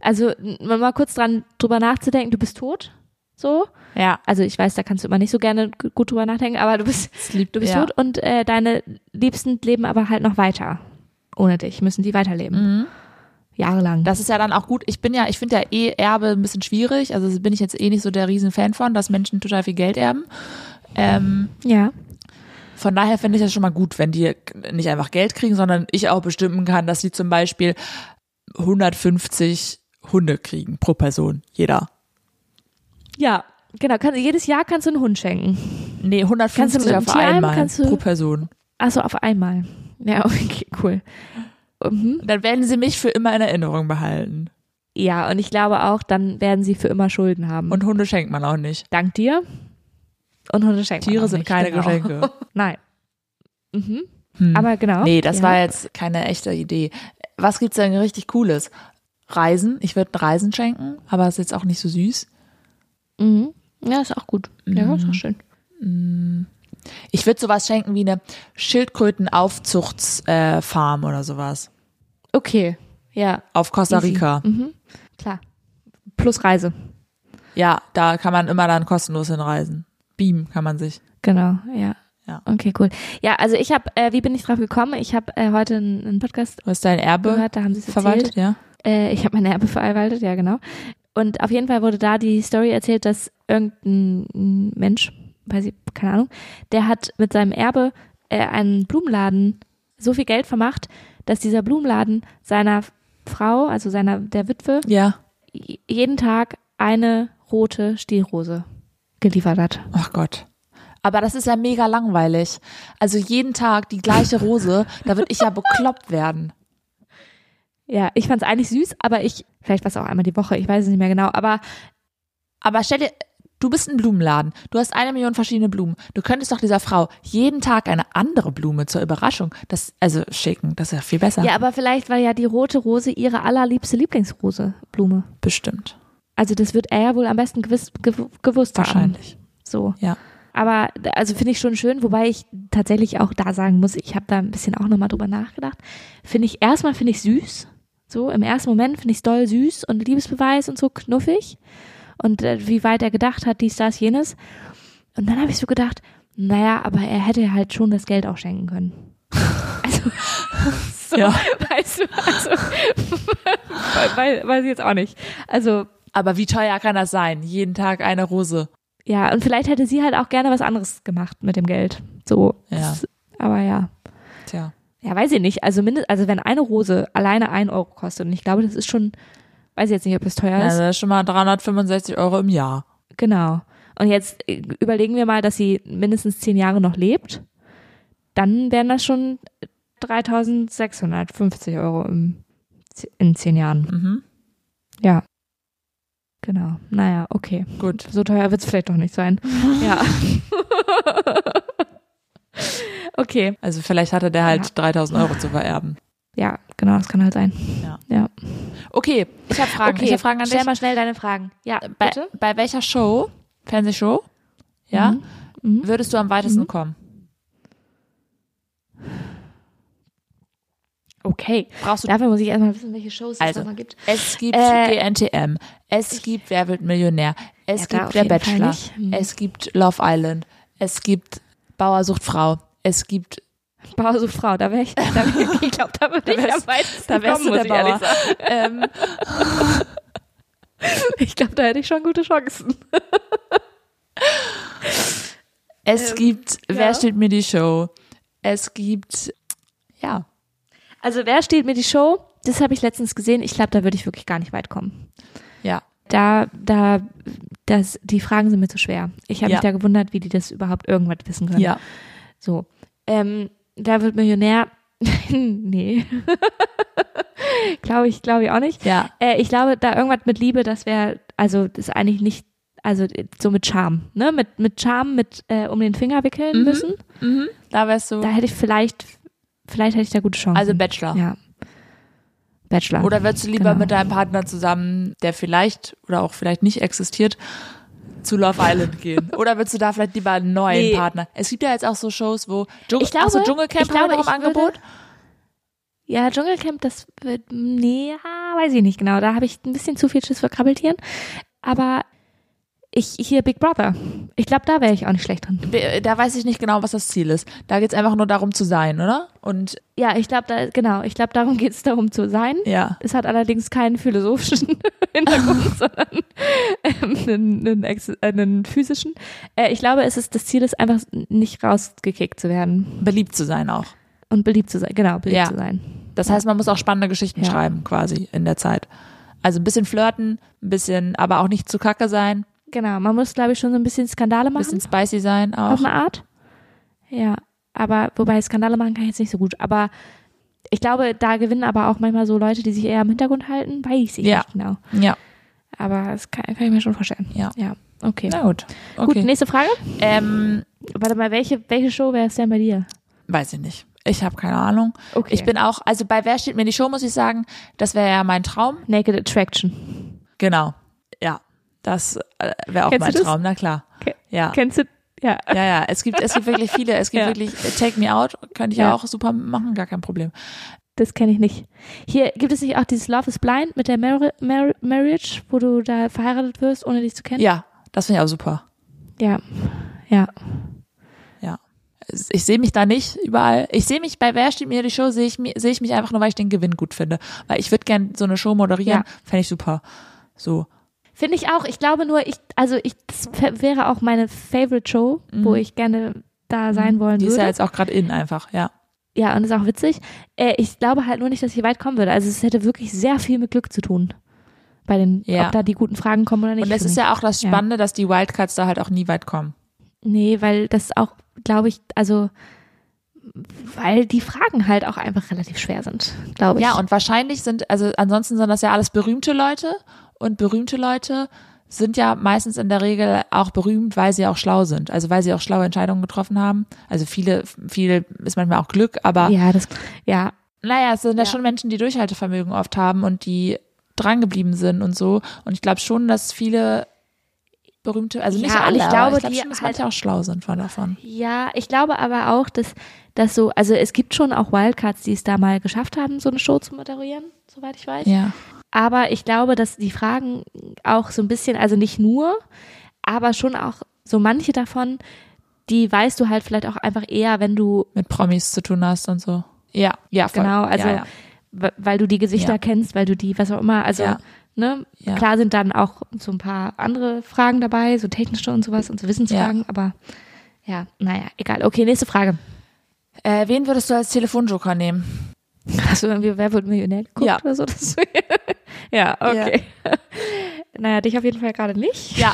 Speaker 1: Also n- mal kurz dran drüber nachzudenken, du bist tot, so.
Speaker 2: ja.
Speaker 1: Also ich weiß, da kannst du immer nicht so gerne g- gut drüber nachdenken, aber du bist,
Speaker 2: Lieb,
Speaker 1: du bist
Speaker 2: ja.
Speaker 1: tot und äh, deine Liebsten leben aber halt noch weiter. Ohne dich müssen die weiterleben,
Speaker 2: Mhm.
Speaker 1: jahrelang.
Speaker 2: Das ist ja dann auch gut. Ich bin ja, ich finde ja eh Erbe ein bisschen schwierig. Also bin ich jetzt eh nicht so der Riesenfan von, dass Menschen total viel Geld erben. Ähm,
Speaker 1: ja,
Speaker 2: Von daher finde ich das schon mal gut, wenn die nicht einfach Geld kriegen, sondern ich auch bestimmen kann, dass sie zum Beispiel 150 Hunde kriegen pro Person, jeder.
Speaker 1: ja, genau. Kann, jedes Jahr kannst du einen Hund schenken.
Speaker 2: Nee, 150
Speaker 1: Kannst du mit
Speaker 2: auf
Speaker 1: einem Tierheim,
Speaker 2: einmal
Speaker 1: kannst du-
Speaker 2: pro Person.
Speaker 1: Also auf einmal. Ja, okay, cool. Mhm.
Speaker 2: Und Dann werden sie mich für immer in Erinnerung behalten.
Speaker 1: Ja, und ich glaube auch, dann werden sie für immer Schulden haben.
Speaker 2: Und Hunde schenkt man auch nicht.
Speaker 1: dank dir. Und Hunde schenken.
Speaker 2: Tiere sind keine Geschenke.
Speaker 1: Genau. Nein. Mhm.
Speaker 2: Hm.
Speaker 1: Aber genau.
Speaker 2: nee, das
Speaker 1: ja.
Speaker 2: war jetzt keine echte Idee. Was gibt's denn richtig Cooles? Reisen. Ich würde Reisen schenken, aber ist jetzt auch nicht so süß.
Speaker 1: Mhm. Ja, ist auch gut.
Speaker 2: Mhm.
Speaker 1: Ja, ist auch schön.
Speaker 2: Ich würde sowas schenken wie eine Schildkrötenaufzuchtsfarm äh, Farm oder sowas.
Speaker 1: Okay. Ja.
Speaker 2: Auf Costa
Speaker 1: easy.
Speaker 2: Rica.
Speaker 1: Mhm. Klar. Plus Reise.
Speaker 2: Ja, da kann man immer dann kostenlos hinreisen. Beam kann man sich.
Speaker 1: Genau, ja.
Speaker 2: Ja.
Speaker 1: Okay, cool. Ja, also ich habe, äh, wie bin ich drauf gekommen? Ich habe äh, heute einen, einen Podcast
Speaker 2: Du hast dein Erbe
Speaker 1: gehört, da haben sie es erzählt.
Speaker 2: verwaltet, ja?
Speaker 1: Äh, ich habe meine Erbe verarbeitet, ja genau. Und auf jeden Fall wurde da die Story erzählt, dass irgendein Mensch, weiß ich, keine Ahnung, der hat mit seinem Erbe äh, einen Blumenladen so viel Geld vermacht, dass dieser Blumenladen seiner Frau, also seiner der Witwe,
Speaker 2: Ja.
Speaker 1: j- jeden Tag eine rote Stielrose geliefert hat.
Speaker 2: Ach Gott. Aber das ist ja mega langweilig. Also jeden Tag die gleiche Rose, da würde ich ja bekloppt werden.
Speaker 1: Ja, ich fand es eigentlich süß, aber ich, vielleicht war es auch einmal die Woche, ich weiß es nicht mehr genau, aber
Speaker 2: Aber stell dir, du bist ein Blumenladen. Du hast eine Million verschiedene Blumen. Du könntest doch dieser Frau jeden Tag eine andere Blume zur Überraschung, das, also schicken. Das ist ja viel besser.
Speaker 1: ja, aber vielleicht war ja die rote Rose ihre allerliebste Lieblingsrose, Blume.
Speaker 2: Bestimmt.
Speaker 1: Also das wird er ja wohl am besten gewiss, gew gewusst
Speaker 2: Wahrscheinlich.
Speaker 1: haben. So.
Speaker 2: Ja.
Speaker 1: Aber also finde ich schon schön, wobei ich tatsächlich auch da sagen muss, ich habe da ein bisschen auch nochmal drüber nachgedacht. Finde ich erstmal finde ich süß. So im ersten Moment finde ich es doll süß und Liebesbeweis und so knuffig und äh, wie weit er gedacht hat, dies, das, jenes. Und dann habe ich so gedacht, naja, aber er hätte halt schon das Geld auch schenken können. Also, so,
Speaker 2: Ja.
Speaker 1: weißt du, also, weil, weiß ich jetzt auch nicht. Also,
Speaker 2: Aber wie teuer kann das sein? Jeden Tag eine Rose.
Speaker 1: ja, und vielleicht hätte sie halt auch gerne was anderes gemacht mit dem Geld. So.
Speaker 2: Ja.
Speaker 1: Aber ja.
Speaker 2: Tja.
Speaker 1: Ja, weiß ich nicht. Also, mindest, also wenn eine Rose alleine ein Euro kostet, und ich glaube, das ist schon, weiß ich jetzt nicht, ob das teuer
Speaker 2: Also
Speaker 1: ist.
Speaker 2: das ist schon mal 365 Euro im Jahr.
Speaker 1: Genau. Und jetzt äh, überlegen wir mal, dass sie mindestens zehn Jahre noch lebt. Dann wären das schon 3650 Euro im, in zehn Jahren.
Speaker 2: Mhm.
Speaker 1: Ja. Genau. Naja, okay.
Speaker 2: Gut.
Speaker 1: So teuer wird es vielleicht doch nicht sein. ja. okay.
Speaker 2: Also vielleicht hatte der halt
Speaker 1: Ja.
Speaker 2: 3000 Euro zu vererben.
Speaker 1: Ja, genau, das kann halt sein.
Speaker 2: Okay, ich habe Fragen.
Speaker 1: Okay,
Speaker 2: Ich habe Fragen an
Speaker 1: stell
Speaker 2: dich.
Speaker 1: mal schnell deine Fragen. Ja,
Speaker 2: Bei,
Speaker 1: bitte.
Speaker 2: bei welcher Show, Fernsehshow, ja,
Speaker 1: Mhm. Mhm.
Speaker 2: würdest du am weitesten
Speaker 1: Mhm.
Speaker 2: kommen?
Speaker 1: Okay.
Speaker 2: Brauchst du
Speaker 1: Dafür muss ich erstmal wissen, welche Shows es
Speaker 2: Also,
Speaker 1: da mal gibt.
Speaker 2: Es gibt
Speaker 1: Äh,
Speaker 2: GNTM, es gibt Wer wird Millionär, es
Speaker 1: Ja, da
Speaker 2: gibt
Speaker 1: auf
Speaker 2: Der
Speaker 1: jeden Fall
Speaker 2: Bachelor,
Speaker 1: nicht. Hm.
Speaker 2: es gibt Love Island, es gibt Bauer sucht Frau, es gibt,
Speaker 1: Bause Frau, da wäre ich, da wär, ich glaube, da würde
Speaker 2: Da
Speaker 1: ich
Speaker 2: wärst-
Speaker 1: am meisten
Speaker 2: da wärst
Speaker 1: kommen,
Speaker 2: du
Speaker 1: muss
Speaker 2: der
Speaker 1: ich ehrlich
Speaker 2: Bauer.
Speaker 1: sagen.
Speaker 2: ähm,
Speaker 1: Ich glaube, da hätte ich schon gute Chancen.
Speaker 2: es
Speaker 1: Ähm,
Speaker 2: gibt Wer
Speaker 1: ja.
Speaker 2: stellt mir die Show, es gibt, ja,
Speaker 1: Also, wer steht mir die Show? Das habe ich letztens gesehen. Ich glaube, da würde ich wirklich gar nicht weit kommen.
Speaker 2: ja.
Speaker 1: Da, da, das, die Fragen sind mir zu schwer. Ich habe
Speaker 2: Ja.
Speaker 1: mich da gewundert, wie die das überhaupt irgendwas wissen können. So. Ähm, wer wird Millionär? nee. glaube ich, glaube ich auch nicht.
Speaker 2: ja,
Speaker 1: Äh, ich glaube, da irgendwas mit Liebe, das wäre, also das ist eigentlich nicht, also so mit Charme, ne? Mit, mit Charme, mit äh, um den Finger wickeln
Speaker 2: Mhm.
Speaker 1: müssen.
Speaker 2: mhm. da wärst
Speaker 1: Da
Speaker 2: du,
Speaker 1: hätte ich vielleicht, vielleicht hätte ich da gute Chancen.
Speaker 2: also Bachelor.
Speaker 1: Mhm. Ja. Bachelor.
Speaker 2: Oder würdest du lieber
Speaker 1: Genau.
Speaker 2: mit deinem Partner zusammen, der vielleicht oder auch vielleicht nicht existiert, zu Love Island gehen? Oder würdest du da vielleicht lieber einen neuen
Speaker 1: Nee.
Speaker 2: Partner? Es gibt ja jetzt auch so Shows, wo Dschung
Speaker 1: Ich glaube,
Speaker 2: Ach so, Dschungelcamp
Speaker 1: ich glaube,
Speaker 2: haben wir noch im
Speaker 1: ich würde-
Speaker 2: Angebot.
Speaker 1: Ja, Dschungelcamp, das wird, nee, ja, weiß ich nicht genau. Da habe ich ein bisschen zu viel Schiss für Krabbeltieren. Aber ich, hier Big Brother. Ich glaube, da wäre ich auch nicht schlecht drin.
Speaker 2: Be- Da weiß ich nicht genau, was das Ziel ist. Da geht's einfach nur darum zu sein, oder? Und
Speaker 1: Ja, ich glaube, da, genau, ich glaube, darum geht es darum zu sein.
Speaker 2: ja.
Speaker 1: Es hat allerdings keinen philosophischen Hintergrund, sondern ähm, einen, einen, ex- äh, einen physischen. Äh, ich glaube, es ist das Ziel ist einfach nicht rausgekickt zu werden
Speaker 2: Beliebt zu sein auch.
Speaker 1: und beliebt zu sein. Genau, beliebt
Speaker 2: Ja.
Speaker 1: zu sein.
Speaker 2: Das heißt, man muss auch spannende Geschichten
Speaker 1: Ja.
Speaker 2: schreiben, quasi in der Zeit. Also ein bisschen flirten, ein bisschen, aber auch nicht zu kacke sein,
Speaker 1: Genau, man muss glaube ich schon so ein bisschen Skandale
Speaker 2: ein
Speaker 1: machen
Speaker 2: bisschen spicy sein auch.
Speaker 1: auf eine Art. Ja, aber wobei Skandale machen kann ich jetzt nicht so gut, aber ich glaube, da gewinnen aber auch manchmal so Leute, die sich eher im Hintergrund halten, weiß ich
Speaker 2: Ja.
Speaker 1: nicht genau.
Speaker 2: Ja,
Speaker 1: Aber das kann, kann ich mir schon vorstellen.
Speaker 2: Ja.
Speaker 1: Ja, okay.
Speaker 2: na gut.
Speaker 1: Gut,
Speaker 2: Okay.
Speaker 1: nächste Frage.
Speaker 2: ähm,
Speaker 1: Warte mal, welche, welche Show wäre es denn bei dir?
Speaker 2: weiß ich nicht. Ich habe keine Ahnung.
Speaker 1: Okay.
Speaker 2: Ich bin auch, also bei Wer steht mir die Show, muss ich sagen, das wäre ja mein Traum.
Speaker 1: Naked Attraction.
Speaker 2: Genau. Ja. Das äh, wäre auch
Speaker 1: Kennst
Speaker 2: mein
Speaker 1: du das?
Speaker 2: Traum, na klar.
Speaker 1: Ke-
Speaker 2: Ja.
Speaker 1: Kennst du? Ja.
Speaker 2: Ah. Ja, ja. Es gibt, es gibt wirklich viele. Es gibt
Speaker 1: Ja.
Speaker 2: wirklich äh, Take Me Out, könnte ich ja.
Speaker 1: Ja.
Speaker 2: auch super machen, gar kein Problem.
Speaker 1: Das kenne ich nicht. Hier gibt es nicht auch dieses Love is Blind mit der Mar Mar Marriage, wo du da verheiratet wirst, ohne dich zu kennen?
Speaker 2: Ja, das finde ich auch super.
Speaker 1: Ja. Ja.
Speaker 2: Ich sehe mich da nicht überall. Ich sehe mich bei Wer steht mir die Show, sehe ich, mi- sehe ich mich einfach nur, weil ich den Gewinn gut finde. Weil ich würde gern so eine Show moderieren,
Speaker 1: Ja.
Speaker 2: fände ich super. So.
Speaker 1: Finde ich auch. Ich glaube nur, ich, also ich, das f- wäre auch meine Favorite Show, wo ich gerne da sein wollen
Speaker 2: Mhm. Die ist ja
Speaker 1: würde.
Speaker 2: jetzt auch gerade in einfach, ja.
Speaker 1: Ja, und ist auch witzig. Äh, ich glaube halt nur nicht, dass ich weit kommen würde. Also es hätte wirklich sehr viel mit Glück zu tun. Bei den,
Speaker 2: Ja.
Speaker 1: ob da die guten Fragen kommen oder nicht.
Speaker 2: Und das
Speaker 1: für
Speaker 2: ist
Speaker 1: mich.
Speaker 2: ja auch das
Speaker 1: Ja.
Speaker 2: Spannende, dass die Wildcards da halt auch nie weit kommen.
Speaker 1: Nee, weil das auch, glaube ich, also weil die Fragen halt auch einfach relativ schwer sind, glaube ich.
Speaker 2: Ja, und wahrscheinlich sind, also ansonsten sind das ja alles berühmte Leute und berühmte Leute sind ja meistens in der Regel auch berühmt, weil sie auch schlau sind, also weil sie auch schlaue Entscheidungen getroffen haben. Also viele, viele ist manchmal auch Glück, aber
Speaker 1: ja, das, ja,
Speaker 2: naja, es sind ja.
Speaker 1: Ja.
Speaker 2: schon Menschen, die Durchhaltevermögen oft haben und die drangeblieben sind und so. Und ich glaube schon, dass viele berühmte, also nicht
Speaker 1: Ja, und
Speaker 2: alle,
Speaker 1: ich glaube,
Speaker 2: aber ich glaube
Speaker 1: die
Speaker 2: schon, dass
Speaker 1: halt-
Speaker 2: manche auch schlau sind von davon.
Speaker 1: ja, ich glaube aber auch, dass, dass so, also es gibt schon auch Wildcards, die es da mal geschafft haben, so eine Show zu moderieren, soweit ich weiß.
Speaker 2: Ja,
Speaker 1: Aber ich glaube, dass die Fragen auch so ein bisschen, also nicht nur, aber schon auch so manche davon, die weißt du halt vielleicht auch einfach eher, wenn du
Speaker 2: mit Promis zu tun hast und so. Ja, ja, voll.
Speaker 1: Genau, also
Speaker 2: ja, ja.
Speaker 1: we- weil du die Gesichter
Speaker 2: Ja.
Speaker 1: kennst, weil du die, was auch immer, also
Speaker 2: Ja.
Speaker 1: ne,
Speaker 2: Ja.
Speaker 1: klar sind dann auch so ein paar andere Fragen dabei, so technische und sowas und so Wissensfragen, aber ja, naja, egal. Okay, nächste Frage.
Speaker 2: Äh, wen würdest du als Telefonjoker nehmen?
Speaker 1: Hast du irgendwie Wer wird Millionär geguckt
Speaker 2: Ja.
Speaker 1: oder so? Das- ja, okay. Naja, dich auf jeden Fall gerade nicht.
Speaker 2: Ja,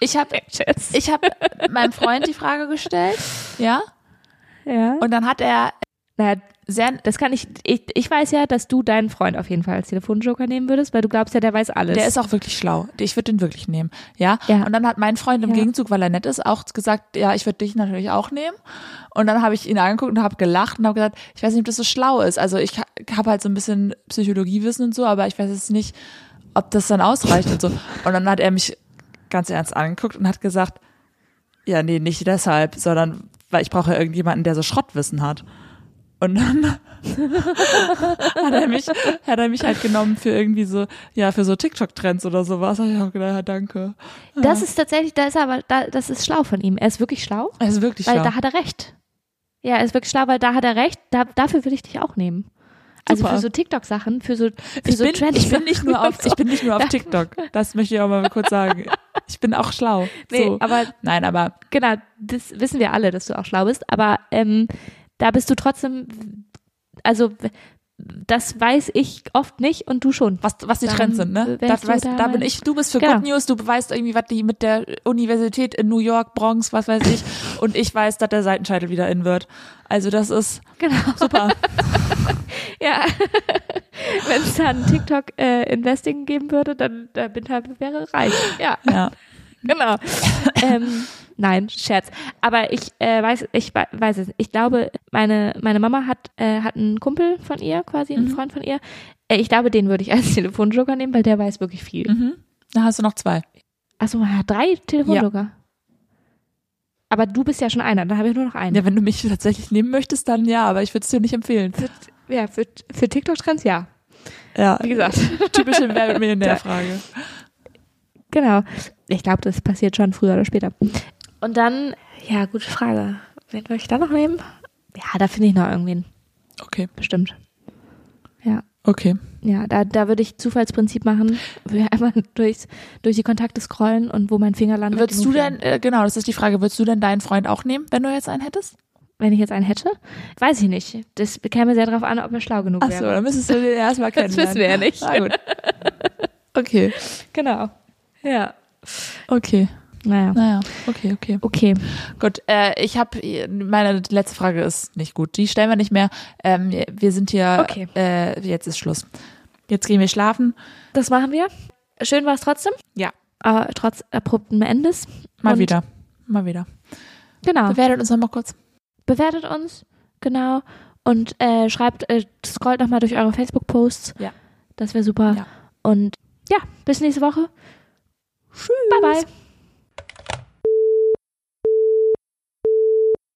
Speaker 2: ich habe
Speaker 1: Schätz.
Speaker 2: ich hab meinem Freund die Frage gestellt, ja,
Speaker 1: Ja.
Speaker 2: und dann hat er
Speaker 1: Naja,
Speaker 2: sehr,
Speaker 1: das kann ich, ich, ich weiß ja, dass du deinen Freund auf jeden Fall als Telefonjoker nehmen würdest, weil du glaubst ja, der weiß alles.
Speaker 2: der ist auch wirklich schlau, ich würde den wirklich nehmen, ja?
Speaker 1: Ja.
Speaker 2: Und dann hat mein Freund im
Speaker 1: Ja.
Speaker 2: Gegenzug, weil er nett ist, auch gesagt, ja, ich würde dich natürlich auch nehmen. Und dann habe ich ihn angeguckt und habe gelacht und habe gesagt, ich weiß nicht, ob das so schlau ist. Also ich habe halt so ein bisschen Psychologiewissen und so, aber ich weiß jetzt nicht, ob das dann ausreicht und so. Und dann hat er mich ganz ernst angeguckt und hat gesagt, ja, nee, nicht deshalb, sondern weil ich brauche irgendjemanden, der so Schrottwissen hat. Und dann hat er mich, hat er mich halt genommen für irgendwie so, ja, für so TikTok-Trends oder sowas. Da hab ich auch gedacht, ja, danke.
Speaker 1: Das ist tatsächlich, da ist er aber, da, das ist schlau von ihm. Er ist wirklich schlau,
Speaker 2: Er ist wirklich
Speaker 1: weil
Speaker 2: schlau.
Speaker 1: da hat er recht. Ja, er ist wirklich schlau, weil da hat er recht. Da, dafür würde ich dich auch nehmen. Also
Speaker 2: Super.
Speaker 1: für so TikTok-Sachen, für so, für
Speaker 2: ich,
Speaker 1: so
Speaker 2: bin,
Speaker 1: Trends.
Speaker 2: ich bin nicht nur auf,
Speaker 1: und so.
Speaker 2: ich bin nicht nur auf TikTok. Das möchte ich auch mal kurz sagen. Ich bin auch schlau.
Speaker 1: Nee,
Speaker 2: so.
Speaker 1: aber
Speaker 2: Nein, aber
Speaker 1: genau, das wissen wir alle, dass du auch schlau bist, aber ähm, da bist du trotzdem, also w- das weiß ich oft nicht und du schon.
Speaker 2: was, was die
Speaker 1: Dann
Speaker 2: Trends sind, ne?
Speaker 1: wärst
Speaker 2: Das
Speaker 1: du
Speaker 2: weißt,
Speaker 1: da
Speaker 2: da bin
Speaker 1: mein-
Speaker 2: ich, du bist für
Speaker 1: Genau.
Speaker 2: Good News, du weißt irgendwie, was die mit der Universität in New York, Bronx, was weiß ich. und ich weiß, dass der Seitenscheitel wieder in wird. Also das ist
Speaker 1: Genau.
Speaker 2: super.
Speaker 1: Ja. Wenn es da ein TikTok äh, Investing geben würde, dann da bin halt, wäre reich. Ja,
Speaker 2: ja.
Speaker 1: genau. ähm, nein, Scherz. Aber ich äh, weiß, ich wei- weiß es. nicht. Ich glaube, meine meine Mama hat äh, hat einen Kumpel von ihr, quasi einen Freund von ihr. Äh, Ich glaube, den würde ich als Telefonjoker nehmen, weil der weiß wirklich viel.
Speaker 2: Mhm. Da hast du noch zwei.
Speaker 1: Achso, man hat drei Telefonjoker. Aber du bist ja schon einer, dann habe ich nur noch einen.
Speaker 2: Ja, wenn du mich tatsächlich nehmen möchtest, dann ja, aber ich würde es dir nicht empfehlen.
Speaker 1: Für, ja, für, für TikTok-Trends ja.
Speaker 2: Ja,
Speaker 1: Wie gesagt.
Speaker 2: typische Wer wird Millionär-Frage.
Speaker 1: Genau. Ich glaube, das passiert schon früher oder später. Und dann, ja, gute Frage. Wen würde ich da noch nehmen? Ja, da finde ich noch irgendwen,
Speaker 2: Okay,
Speaker 1: bestimmt. Ja,
Speaker 2: okay.
Speaker 1: ja, da, da würde ich Zufallsprinzip machen, würde einmal durchs, durch die Kontakte scrollen und wo mein Finger landet.
Speaker 2: Würdest du
Speaker 1: den
Speaker 2: denn, äh, genau, das ist die Frage, würdest du denn deinen Freund auch nehmen, wenn du jetzt einen hättest?
Speaker 1: Wenn ich jetzt einen hätte? Weiß ich nicht. Das käme sehr darauf an, ob er schlau genug
Speaker 2: Achso,
Speaker 1: wäre.
Speaker 2: dann müsstest du den erstmal
Speaker 1: Das
Speaker 2: kennenlernen.
Speaker 1: wissen wir ja nicht.
Speaker 2: Ah, gut. Okay,
Speaker 1: Genau. Ja.
Speaker 2: okay.
Speaker 1: Naja.
Speaker 2: Naja, okay, okay.
Speaker 1: Okay.
Speaker 2: Gut, äh, ich habe, meine letzte Frage ist nicht gut. Die stellen wir nicht mehr. Ähm, wir sind hier,
Speaker 1: Okay.
Speaker 2: äh, jetzt ist Schluss. Jetzt gehen wir schlafen.
Speaker 1: Das machen wir. Schön war es trotzdem.
Speaker 2: Ja.
Speaker 1: Aber trotz abrupten Endes.
Speaker 2: Mal
Speaker 1: Und-
Speaker 2: wieder, mal wieder.
Speaker 1: Genau.
Speaker 2: Bewertet uns nochmal kurz.
Speaker 1: Bewertet uns. Genau. Und äh, schreibt, äh, scrollt nochmal durch eure Facebook-Posts.
Speaker 2: Ja.
Speaker 1: Das wäre super.
Speaker 2: Ja.
Speaker 1: Und ja, bis nächste Woche. Tschüss. Bye, bye.